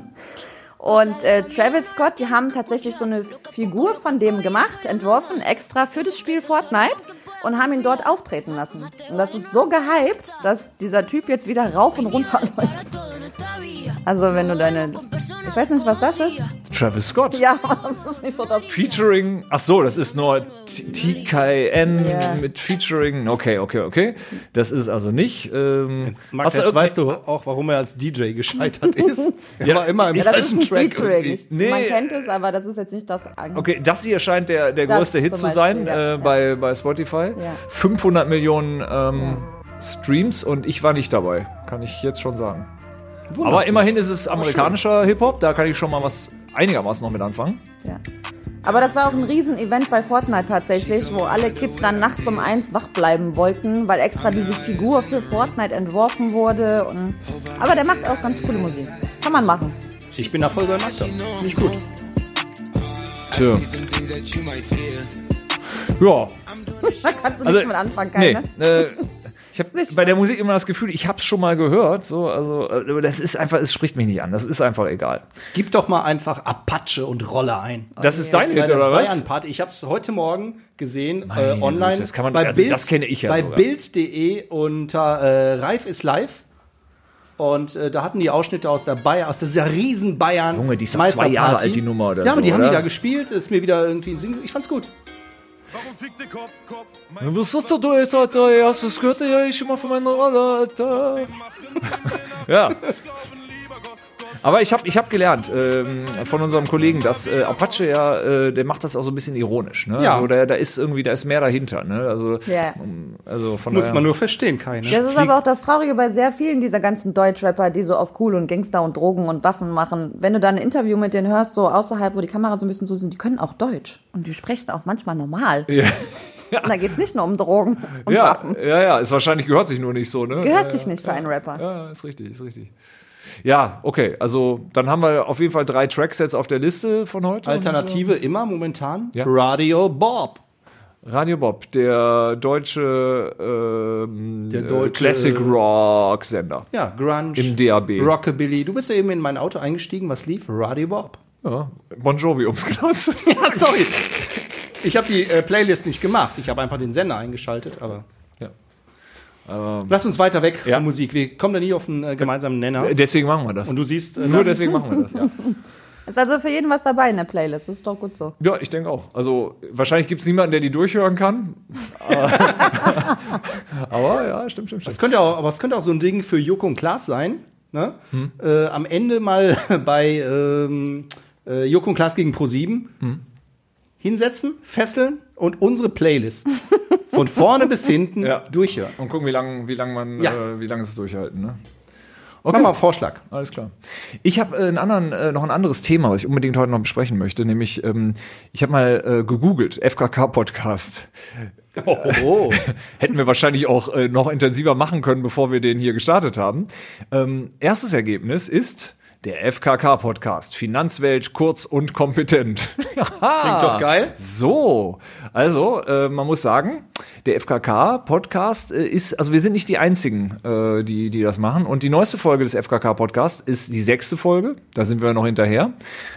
Und äh, Travis Scott, die haben tatsächlich so eine Figur von dem gemacht, entworfen, extra für das Spiel Fortnite und haben ihn dort auftreten lassen. Und das ist so gehypt, [LAUGHS] dass dieser Typ jetzt wieder rauf und runter läuft. Also wenn du deine Ich weiß nicht, was das ist. [LAUGHS] Travis Scott. Ja, [LAUGHS] aber das ist nicht so das. Featuring, ach so, das ist nur T- TKN Ja. mit Featuring. Okay, okay, okay. Das ist also nicht. Ähm, Max, hast du jetzt irgendein- weißt du auch, warum er als DJ [LAUGHS] gescheitert ist. Er war immer im Ja, das ist falschen ein Track. Featuring. irgendwie. Ich- Nee. Man kennt es, aber das ist jetzt nicht das. Okay. Okay, das hier scheint der, der Das größte Hit zum zu sein Beispiel, ja, äh, ja. Bei, bei Spotify. Ja. 500 Millionen ähm, Streams und ich war nicht dabei, kann ich jetzt schon sagen. Aber immerhin ist Oh, es amerikanischer Hip-Hop, da kann ich schon mal was einigermaßen noch mit anfangen. Ja. Aber das war auch ein Riesenevent bei Fortnite tatsächlich, wo alle Kids dann nachts um eins wach bleiben wollten, weil extra diese Figur für Fortnite entworfen wurde. Und aber der macht auch ganz coole Musik. Kann man machen. [LAUGHS] Ich bin da voll bei Max. Finde ich gut. Tja. Ja, Da kannst also, du nichts mit anfangen, keine. Nee, [LAUGHS] äh, ich habe ne? nicht bei der Musik immer das Gefühl, ich habe es schon mal gehört. So, also, äh, aber das ist einfach, es spricht mich nicht an. Das ist einfach egal. Gib doch mal einfach Apache und Rolle ein. Oh, Das ist dein Hit Bei der oder was? Bayern-Party. Ich habe es heute Morgen gesehen äh, online. Güte, das kann man- bei also Bild, das kenne ich ja Bei sogar. Bild.de unter äh, Reif ist live. Und äh, da hatten die Ausschnitte aus der Bayer, aus dieser riesen Bayern. Junge, die ist doch zwei Jahre Meisterparty. alt, die Nummer oder Ja, aber so, die haben oder? die da gespielt. Ist mir wieder irgendwie ein Sinn. Ich fand's gut. Was ist das, du Alter? Hast du es gehört? Ja, ich immer von meiner Rolle, Alter. [LAUGHS] ja. Aber ich habe ich hab gelernt ähm, von unserem Kollegen, dass äh, Apache ja, äh, der macht das auch so ein bisschen ironisch. Ne? Ja. Also da, da ist irgendwie, da ist mehr dahinter. Ne? Also, Ja. also von Muss daher- man nur verstehen, keine. Das ist aber auch das Traurige bei sehr vielen dieser ganzen Deutschrapper, die so auf cool und Gangster und Drogen und Waffen machen. Wenn du dann ein Interview mit denen hörst, so außerhalb, wo die Kamera so ein bisschen zu sind, die können auch Deutsch. Und die sprechen auch manchmal normal. [LAUGHS] Ja. Und da geht's nicht nur um Drogen und ja, Waffen. ja, ja, ist wahrscheinlich gehört sich nur nicht so, ne? Gehört ja, sich nicht für einen Rapper. Ja, ist richtig, ist richtig. Ja, okay, also dann haben wir auf jeden Fall drei Tracksets auf der Liste von heute. Alternative immer momentan. Ja. Radio Bob. Radio Bob, der deutsche, ähm, Der deutsche- Classic Rock Sender. Ja, Grunge. Im DAB. Rockabilly. Du bist ja eben in mein Auto eingestiegen. Was lief? Radio Bob. Ja. Bon Jovi, um es genau zu [LAUGHS] sagen. Ah, sorry. Ich habe die äh, Playlist nicht gemacht. Ich habe einfach den Sender eingeschaltet, aber. Ähm, Ja. Lass uns weiter weg Ja. von Musik. Wir kommen da nie auf einen äh, gemeinsamen Nenner. Deswegen machen wir das. Und du siehst, äh, Nur dann- deswegen machen wir das. [LAUGHS] Ja, Ist also für jeden was dabei in der Playlist. Ist doch gut so. ich denke auch. Also wahrscheinlich gibt es niemanden, der die durchhören [LAUGHS] kann. Aber ja, stimmt, stimmt, stimmt. das könnte auch, aber es könnte auch so ein Ding für Joko und Klaas sein. Ne? Hm. Äh, am Ende mal [LAUGHS] bei ähm, äh, Joko und Klaas gegen Pro7 Hm. hinsetzen, fesseln und unsere Playlist von vorne bis hinten [LAUGHS] Ja. durchhören. Und gucken, wie lange wie lang man, Ja. äh, wie lange es durchhalten. Ne? Mach mal einen Vorschlag. Alles klar. Ich habe äh, einen anderen, äh, noch ein anderes Thema, was ich unbedingt heute noch besprechen möchte, nämlich ähm, ich habe mal äh, gegoogelt, FKK-Podcast. Oh. [LAUGHS] Hätten wir wahrscheinlich auch äh, noch intensiver machen können, bevor wir den hier gestartet haben. Ähm, erstes Ergebnis ist der FKK-Podcast, Finanzwelt kurz und kompetent. Ah. [LAUGHS] Klingt doch geil. So, also äh, man muss sagen, der FKK-Podcast äh, ist, also wir sind nicht die einzigen, äh, die, die das machen. Und die neueste Folge des FKK-Podcasts ist die sechste Folge, da sind wir noch hinterher,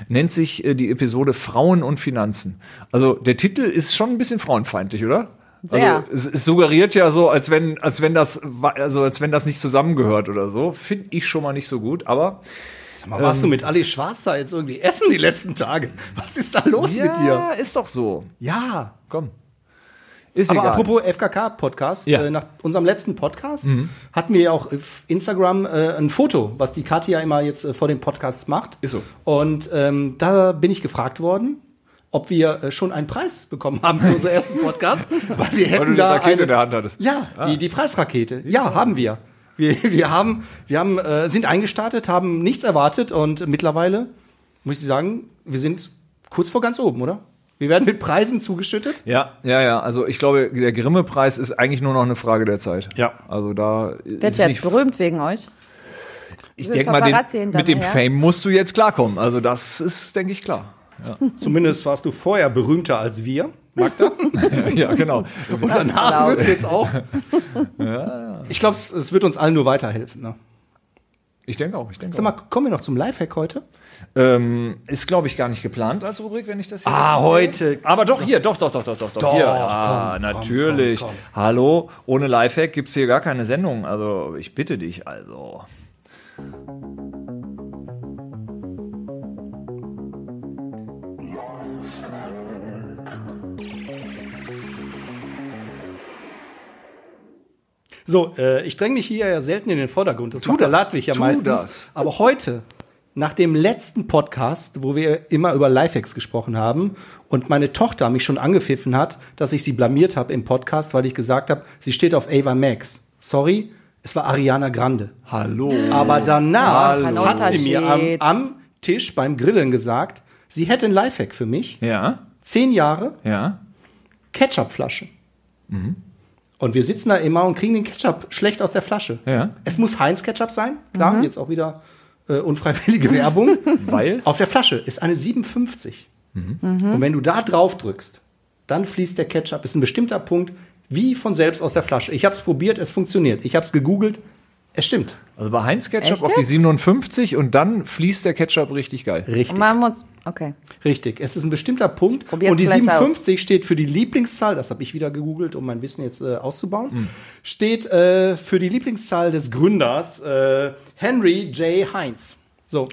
nennt sich äh, die Episode Frauen und Finanzen. Also der Titel ist schon ein bisschen frauenfeindlich, oder? Sehr. Also, es, es suggeriert ja so, als wenn, als wenn das, wa- also als wenn das nicht zusammengehört oder so. Finde ich schon mal nicht so gut, aber Sag mal, Ähm, warst du mit Ali Schwarzer jetzt irgendwie essen die letzten Tage? Was ist da los mit dir? ist doch so. Ja. Komm. Ist Aber egal. apropos FKK-Podcast, Ja. Mhm. äh, nach unserem letzten Podcast hatten wir ja auch auf Instagram äh, ein Foto, was die Katja immer jetzt äh, vor den Podcasts macht. Ist so. Und ähm, da bin ich gefragt worden, ob wir äh, schon einen Preis bekommen haben für unseren ersten [LAUGHS] Podcast, weil wir hätten Weil du die da also Rakete eine, in der Hand hattest. Ja, die, die Preisrakete. Ja, haben wir. Wir, [LAUGHS] wir haben, wir haben, äh, sind eingestartet, haben nichts erwartet und mittlerweile muss ich sagen, wir sind kurz vor ganz oben, oder? Wir werden mit Preisen zugeschüttet. Ja, ja, ja. Also ich glaube, der Grimme-Preis ist eigentlich nur noch eine Frage der Zeit. Ja. Also da Wird ist ja nicht- jetzt berühmt wegen euch. Ich dieses denke mal, Paparazzi den, hinterher. mit dem Fame musst du jetzt klarkommen. Also das ist, denke ich, klar. [LAUGHS] Zumindest warst du vorher berühmter als wir, Magda. ja, genau. [LAUGHS] Und danach glaub wird es jetzt [LAUGHS] auch. Ich glaube, es, es wird uns allen nur weiterhelfen. Ne? Ich denke auch. Ich denke Sag mal, kommen wir noch zum Lifehack heute? Ähm, ist, glaube ich, gar nicht geplant als Rubrik, wenn ich das hier. Ah, heute. Aber doch, hier, doch, doch, doch, doch, doch, doch. hier. Ah, natürlich. komm, Hallo, ohne Lifehack gibt's hier gar keine Sendung. Also, ich bitte dich, also. So, äh, ich dränge mich hier ja selten in den Vordergrund. Das Tu macht der das, Ladwig ja tu meistens. das. Aber heute, nach dem letzten Podcast, wo wir immer über Lifehacks gesprochen haben und meine Tochter mich schon angepfiffen hat, dass ich sie blamiert habe im Podcast, weil ich gesagt habe, sie steht auf Ava Max. Sorry, es war Ariana Grande. Hallo. Aber danach Hallo. hat sie mir am, Unterschied. am Tisch beim Grillen gesagt, sie hätte ein Lifehack für mich. Ja, Zehn Jahre ja. Ketchupflasche. Und wir sitzen da immer und kriegen den Ketchup schlecht aus der Flasche. Ja. Es muss Heinz Ketchup sein, klar, jetzt auch wieder äh, unfreiwillige Werbung. Weil? Auf der Flasche ist eine 57. Und wenn du da drauf drückst, dann fließt der Ketchup, ist ein bestimmter Punkt, wie von selbst aus der Flasche. Ich habe es probiert, es funktioniert. Ich habe es gegoogelt, es stimmt. Also bei Heinz Ketchup Echt auf die jetzt? 57 und dann fließt der Ketchup richtig geil. Richtig. Man muss, okay. Richtig, es ist ein bestimmter Punkt. Probier's und die gleich 57 steht für die Lieblingszahl, das habe ich wieder gegoogelt, um mein Wissen jetzt äh, auszubauen, steht äh, für die Lieblingszahl des Gründers äh, Henry J. Heinz. So.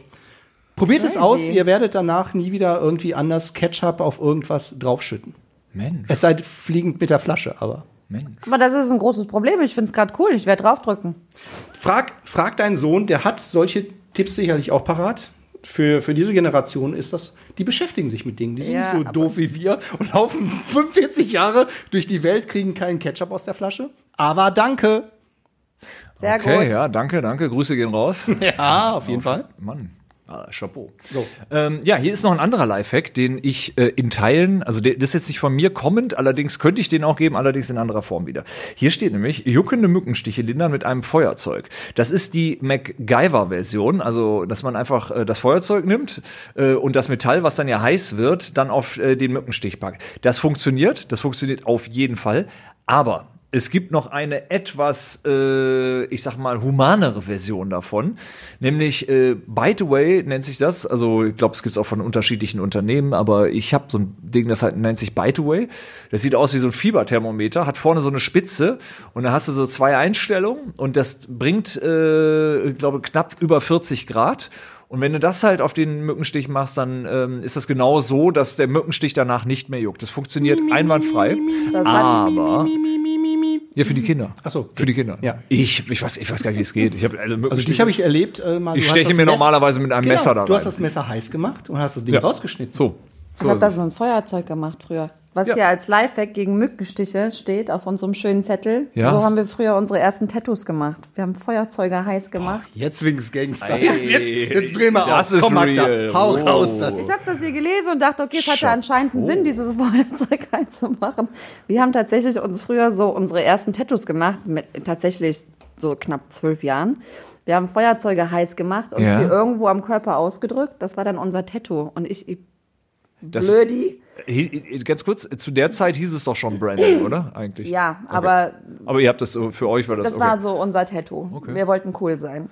Probiert es aus, ihr werdet danach nie wieder irgendwie anders Ketchup auf irgendwas draufschütten. Mensch, Es sei fliegend mit der Flasche, aber. Mensch. Aber das ist ein großes Problem. Ich finde es gerade cool. Ich werde draufdrücken. Frag, frag deinen Sohn, der hat solche Tipps sicherlich auch parat. Für, für diese Generation ist das, die beschäftigen sich mit Dingen. Die sind Ja, nicht so aber- doof wie wir und laufen [LAUGHS] 45 Jahre durch die Welt, kriegen keinen Ketchup aus der Flasche. Aber danke. Sehr Okay, gut. ja, danke, danke. Grüße gehen raus. Ja, Ah, auf jeden Fall. Mann, ah, Chapeau. So. Ähm, ja, hier ist noch ein anderer Lifehack, den ich äh, in Teilen, also der, das ist jetzt nicht von mir kommend, allerdings könnte ich den auch geben, allerdings in anderer Form wieder. Hier steht nämlich, juckende Mückenstiche lindern mit einem Feuerzeug. Das ist die MacGyver-Version, also dass man einfach äh, das Feuerzeug nimmt äh, und das Metall, was dann ja heiß wird, dann auf äh, den Mückenstich packt. Das funktioniert, das funktioniert auf jeden Fall, aber es gibt noch eine etwas, äh, ich sag mal, humanere Version davon. Nämlich äh, By the Way nennt sich das. Also ich glaube, es gibt es auch von unterschiedlichen Unternehmen, aber ich habe so ein Ding, das halt, nennt sich By the Way. Das sieht aus wie so ein Fieberthermometer, hat vorne so eine Spitze und da hast du so zwei Einstellungen und das bringt, äh, ich glaube, knapp über 40 Grad. Und wenn du das halt auf den Mückenstich machst, dann ähm, ist das genau so, dass der Mückenstich danach nicht mehr juckt. Das funktioniert einwandfrei. Das hat- Aber ja, für die Kinder. Ach so, okay. Für die Kinder. Ja. Ich, ich, weiß, ich weiß gar nicht, wie es geht. Ich hab, also, Also dich habe ich erlebt. Äh, mal, Ich du hast steche das mir normalerweise mit einem genau, Messer da Du hast rein. das Messer heiß gemacht und hast das Ding Ja. rausgeschnitten. So. Ich habe da so ein Feuerzeug gemacht früher. Was Ja. hier als Lifehack gegen Mückenstiche steht auf unserem schönen Zettel. Ja. So haben wir früher unsere ersten Tattoos gemacht. Wir haben Feuerzeuge heiß gemacht. Jetzt winks Gangster. Ey, Jetzt, jetzt, jetzt drehen wir das auf. ist Komm, Magda, real. hau Wow. raus. Das Ich habe das hier gelesen und dachte, okay, es hatte anscheinend einen Sinn, dieses [LAUGHS] Feuerzeug reinzumachen. Wir haben tatsächlich uns früher so unsere ersten Tattoos gemacht, mit tatsächlich so knapp zwölf Jahren. Wir haben Feuerzeuge heiß gemacht, uns Ja. die irgendwo am Körper ausgedrückt. Das war dann unser Tattoo. Und ich, ich Das- blödi. Äh, Ganz kurz, zu der Zeit hieß es doch schon Brandon, oder? Eigentlich. Ja, aber Aber ihr habt das so- für euch war das, Das okay. war so unser Tattoo. Wir wollten cool sein.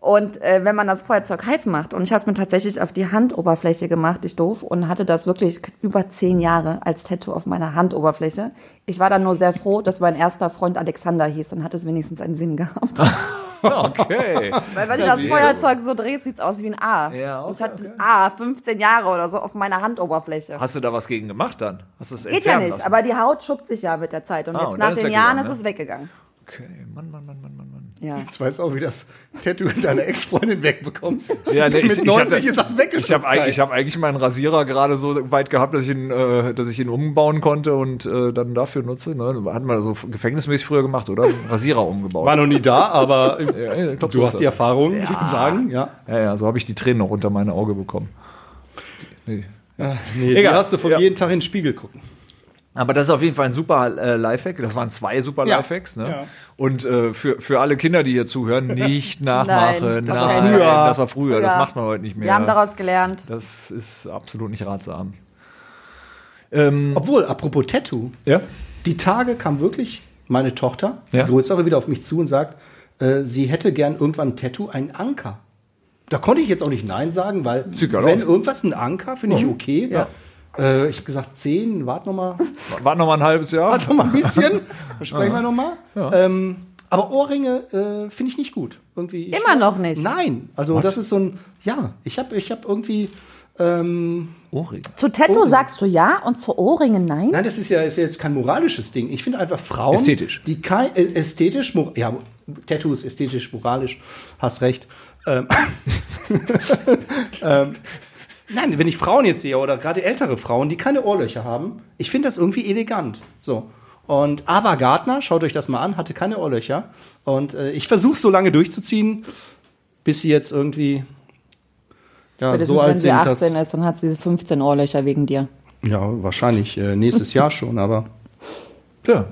Und äh, wenn man das Feuerzeug heiß macht, und ich habe es mir tatsächlich auf die Handoberfläche gemacht, ich doof, und hatte das wirklich über zehn Jahre als Tattoo auf meiner Handoberfläche. Ich war dann nur sehr froh, dass mein erster Freund Alexander hieß, dann hat es wenigstens einen Sinn gehabt. Ja, [LAUGHS] okay. Weil wenn du das Feuerzeug so drehst, sieht's aus wie ein A. Ja, und ich okay, hatte okay. ein A, 15 Jahre oder so, auf meiner Handoberfläche. Hast du da was gegen gemacht dann? Hast du es Geht ja entfernen nicht, lassen? aber die Haut schuppt sich ja mit der Zeit. Und Ah, jetzt und dann nach ist den weggegangen, Jahren ist ne? es weggegangen. Okay, Mann, Mann, Mann, Mann, Mann, Mann. Ja. Jetzt weiß auch, wie das Tattoo deiner Ex-Freundin wegbekommst. Ja, nee, Mit ich- ich 90 hatte- ist das weggeschoben. Ich habe eigentlich, ich hab eigentlich meinen Rasierer gerade so weit gehabt, dass ich ihn, äh, dass ich ihn umbauen konnte und äh, dann dafür nutze. Ne? Hatten wir so gefängnismäßig früher gemacht, oder? Rasierer umgebaut. War noch nie da, [LAUGHS] aber ja, ich glaub, du so hast ist die das. Erfahrung, ich würde sagen, ja. Ja, ja, so habe ich die Tränen noch unter meine Auge bekommen. Nee. Nee, Egal. Die hast du von Ja. jeden Tag in den Spiegel gucken. Aber das ist auf jeden Fall ein super äh, Lifehack. Das waren zwei super Ja. Lifehacks. Ne? Ja. Und äh, für, für alle Kinder, die hier [LAUGHS] zuhören, nicht nachmachen. Nein, das war Nein, früher. Das war früher. Das Früher. macht man heute nicht mehr. Wir haben daraus gelernt. das ist absolut nicht ratsam. Obwohl, apropos Tattoo, Ja? die Tage kam wirklich meine Tochter, Ja. die Größere, wieder auf mich zu und sagt, äh, sie hätte gern irgendwann ein Tattoo, einen Anker. Da konnte ich jetzt auch nicht Nein sagen, weil Sieht geil wenn aus. irgendwas ein Anker, finde ich okay. Ja. Äh, ich habe gesagt, zehn, warte noch mal Warte noch mal ein halbes Jahr. Warte noch mal ein bisschen, dann sprechen wir noch mal. Ähm, aber Ohrringe äh, finde ich nicht gut. Irgendwie ich- Immer noch nicht. Nein, also das ist so ein ja. Ich habe ich hab irgendwie Ähm, Ohrring. Zu Tattoo sagst du ja und zu Ohrringen nein? nein, das ist ja, ist ja jetzt kein moralisches Ding. Ich finde einfach Frauen, Ästhetisch. die kein äh, ästhetisch, mor- ja, Tattoos ästhetisch, moralisch, hast recht. Ähm, [LAUGHS] ähm, nein, wenn ich Frauen jetzt sehe oder gerade ältere Frauen, die keine Ohrlöcher haben, ich finde das irgendwie elegant. So. Und Ava Gardner, schaut euch das mal an, hatte keine Ohrlöcher. Und äh, ich versuche so lange durchzuziehen, bis sie jetzt irgendwie ja, Spätestens, so alt wenn sie ne? sind, dass 18 ist, dann hat sie 15 Ohrlöcher wegen dir. Ja, wahrscheinlich äh, nächstes Jahr schon, aber Tja,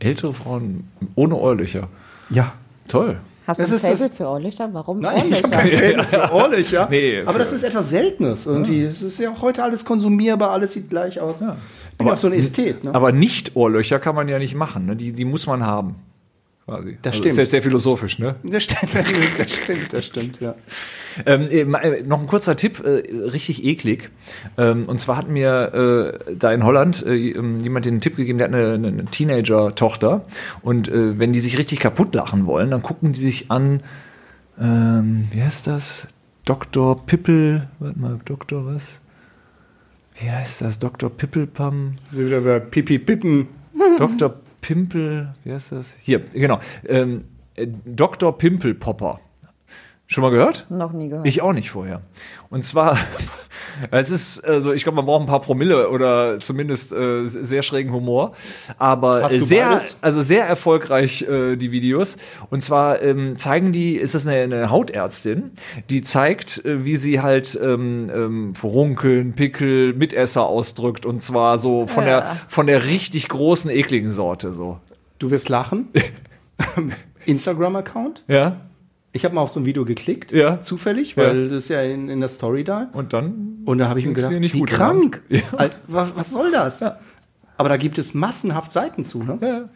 ältere Frauen ohne Ohrlöcher. ja. Toll. Hast du Das ein ist- das- Faible für Ohrlöcher? Warum Nein, ich habe Ohrlöcher? kein Faible für Ohrlöcher. Nee, aber für- das ist etwas Seltenes irgendwie. Es ist ja auch heute alles konsumierbar, alles sieht gleich aus. Ja. Ich bin aber, auch so ein Ästhet. Ne? Aber nicht Ohrlöcher kann man ja nicht machen. Ne? Die, die muss man haben. Quasi. Also, Das Ist stimmt. jetzt sehr philosophisch, ne? Das stimmt, das stimmt, das stimmt, ja. Ähm, äh, ma- äh, noch ein kurzer Tipp, äh, richtig eklig. Ähm, und zwar hat mir äh, da in Holland äh, ähm, jemand den Tipp gegeben, der hat eine, eine- eine Teenager-Tochter. Und äh, wenn die sich richtig kaputt lachen wollen, dann gucken die sich an, ähm, wie heißt das? Dr. Pippel, warte mal, Dr. was? Wie heißt das? Dr. Pippelpam? Also wieder bei Pipi Pippen. Dr. Pimpel, wie heißt das? Hier, genau. Ähm, äh, Dr. Pimpelpopper. Schon mal gehört? Noch nie gehört. Ich auch nicht vorher. Und zwar, [LAUGHS] es ist, also ich glaube, man braucht ein paar Promille oder zumindest äh, sehr schrägen Humor, aber Hast äh, du sehr, beides? also sehr erfolgreich äh, die Videos. Und zwar ähm, zeigen die, ist das eine, eine Hautärztin, die zeigt, äh, wie sie halt ähm, ähm, Furunkeln, Pickel, Mitesser ausdrückt und zwar so von der von der richtig großen ekligen Sorte so. Du [LAUGHS] wirst lachen. Instagram-Account. Ja. Ich habe mal auf so ein Video geklickt, Ja. zufällig, weil das ist ja in, in der Story da. Und dann Und da habe ich mir Ging's dir gedacht, nicht wie gut, krank. Al- wa- was soll das? Aber da gibt es massenhaft Seiten zu, ne?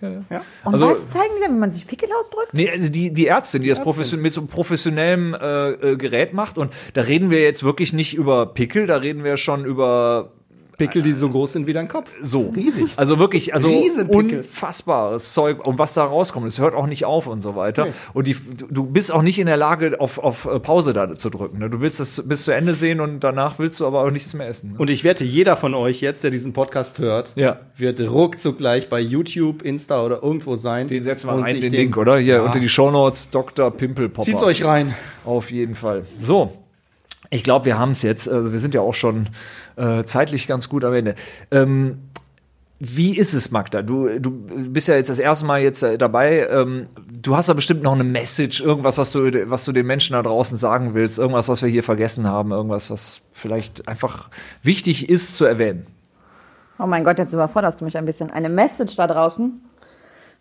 Und also- was zeigen die da, wie man sich Pickel ausdrückt? Nee, also die, die Ärztin, die das profession mit so einem professionellem äh, äh, Gerät macht. Und da reden wir jetzt wirklich nicht über Pickel, da reden wir schon über Pickel, die so groß sind wie dein Kopf. so. Riesig. Also wirklich, also Riesenpickel. unfassbares Zeug und was da rauskommt. Es hört auch nicht auf und so weiter. Nee. Und die, du- du bist auch nicht in der Lage, auf, auf äh, Pause da zu drücken. Ne? Du willst das bis zu Ende sehen und danach willst du aber auch nichts mehr essen. Ne? Und ich wette, jeder von euch jetzt, der diesen Podcast hört, Ja. wird ruckzuck gleich bei YouTube, Insta oder irgendwo sein. Den setzen wir und rein, sich den Link, oder? Hier unter die Shownotes, Dr. Pimpelpopper. Zieht's euch rein. Auf jeden Fall. So. Ich glaube, wir haben es jetzt. Also wir sind ja auch schon äh, zeitlich ganz gut am Ende. Ähm, wie ist es, Magda? Du, du bist ja jetzt das erste Mal jetzt äh, dabei. Ähm, du hast da bestimmt noch eine Message, irgendwas, was du, was du den Menschen da draußen sagen willst, irgendwas, was wir hier vergessen haben, irgendwas, was vielleicht einfach wichtig ist zu erwähnen. Oh mein Gott, jetzt überforderst du mich ein bisschen. Eine Message da draußen.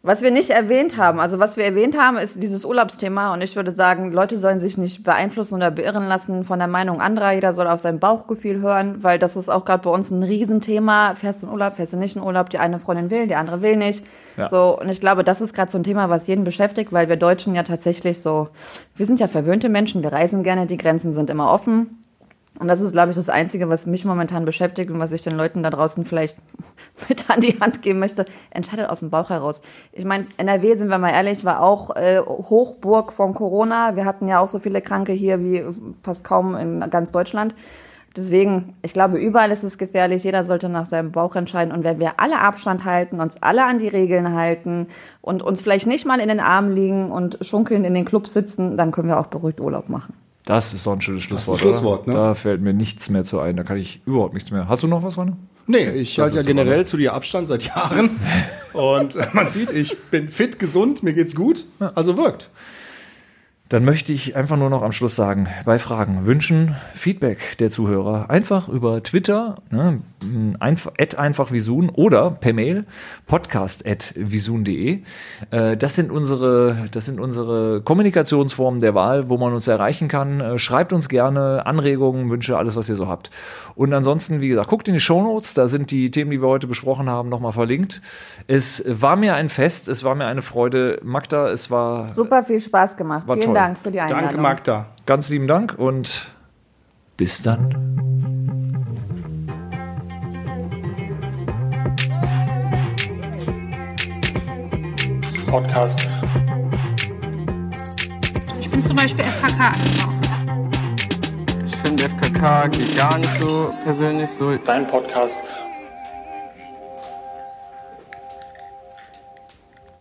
Was wir nicht erwähnt haben, also was wir erwähnt haben, ist dieses Urlaubsthema. Und ich würde sagen, Leute sollen sich nicht beeinflussen oder beirren lassen von der Meinung anderer. Jeder soll auf sein Bauchgefühl hören, weil das ist auch gerade bei uns ein Riesenthema. Fährst du in Urlaub, fährst du nicht in Urlaub? Die eine Freundin will, die andere will nicht. Ja. So, und ich glaube, das ist gerade so ein Thema, was jeden beschäftigt, weil wir Deutschen ja tatsächlich so, wir sind ja verwöhnte Menschen, wir reisen gerne, die Grenzen sind immer offen. Und das ist, glaube ich, das Einzige, was mich momentan beschäftigt und was ich den Leuten da draußen vielleicht [LAUGHS] mit an die Hand geben möchte. Entscheidet aus dem Bauch heraus. Ich meine, NRW, sind wir mal ehrlich, war auch äh, Hochburg von Corona. Wir hatten ja auch so viele Kranke hier wie fast kaum in ganz Deutschland. Deswegen, ich glaube, überall ist es gefährlich. Jeder sollte nach seinem Bauch entscheiden. Und wenn wir alle Abstand halten, uns alle an die Regeln halten und uns vielleicht nicht mal in den Armen liegen und schunkeln in den Clubs sitzen, dann können wir auch beruhigt Urlaub machen. Das ist so ein schönes Schlusswort. Schlusswort, oder? ne? Da fällt mir nichts mehr zu ein. Da kann ich überhaupt nichts mehr. Hast du noch was, Ronne? Nee, ich Das halte ja ist super. generell zu dir Abstand seit [LAUGHS] Jahren. Und [LAUGHS] man sieht, ich bin fit, gesund, mir geht's gut. Also wirkt. Dann möchte ich einfach nur noch am Schluss sagen, bei Fragen, Wünschen, Feedback der Zuhörer einfach über Twitter, ne, einfach, at einfach visun oder per Mail podcast at visun.de. Äh, das sind unsere, das sind unsere Kommunikationsformen der Wahl, wo man uns erreichen kann. Äh, schreibt uns gerne Anregungen, Wünsche, alles, was ihr so habt. Und ansonsten, wie gesagt, guckt in die Shownotes, da sind die Themen, die wir heute besprochen haben, nochmal verlinkt. Es war mir ein Fest, es war mir eine Freude. Magda, es war Super viel Spaß gemacht. War Vielen toll. Dank für die Einladung. Danke, Magda. Ganz lieben Dank und bis dann. Podcast. Ich bin zum Beispiel FKK. Ich finde FKK geht gar nicht so persönlich so. Dein Podcast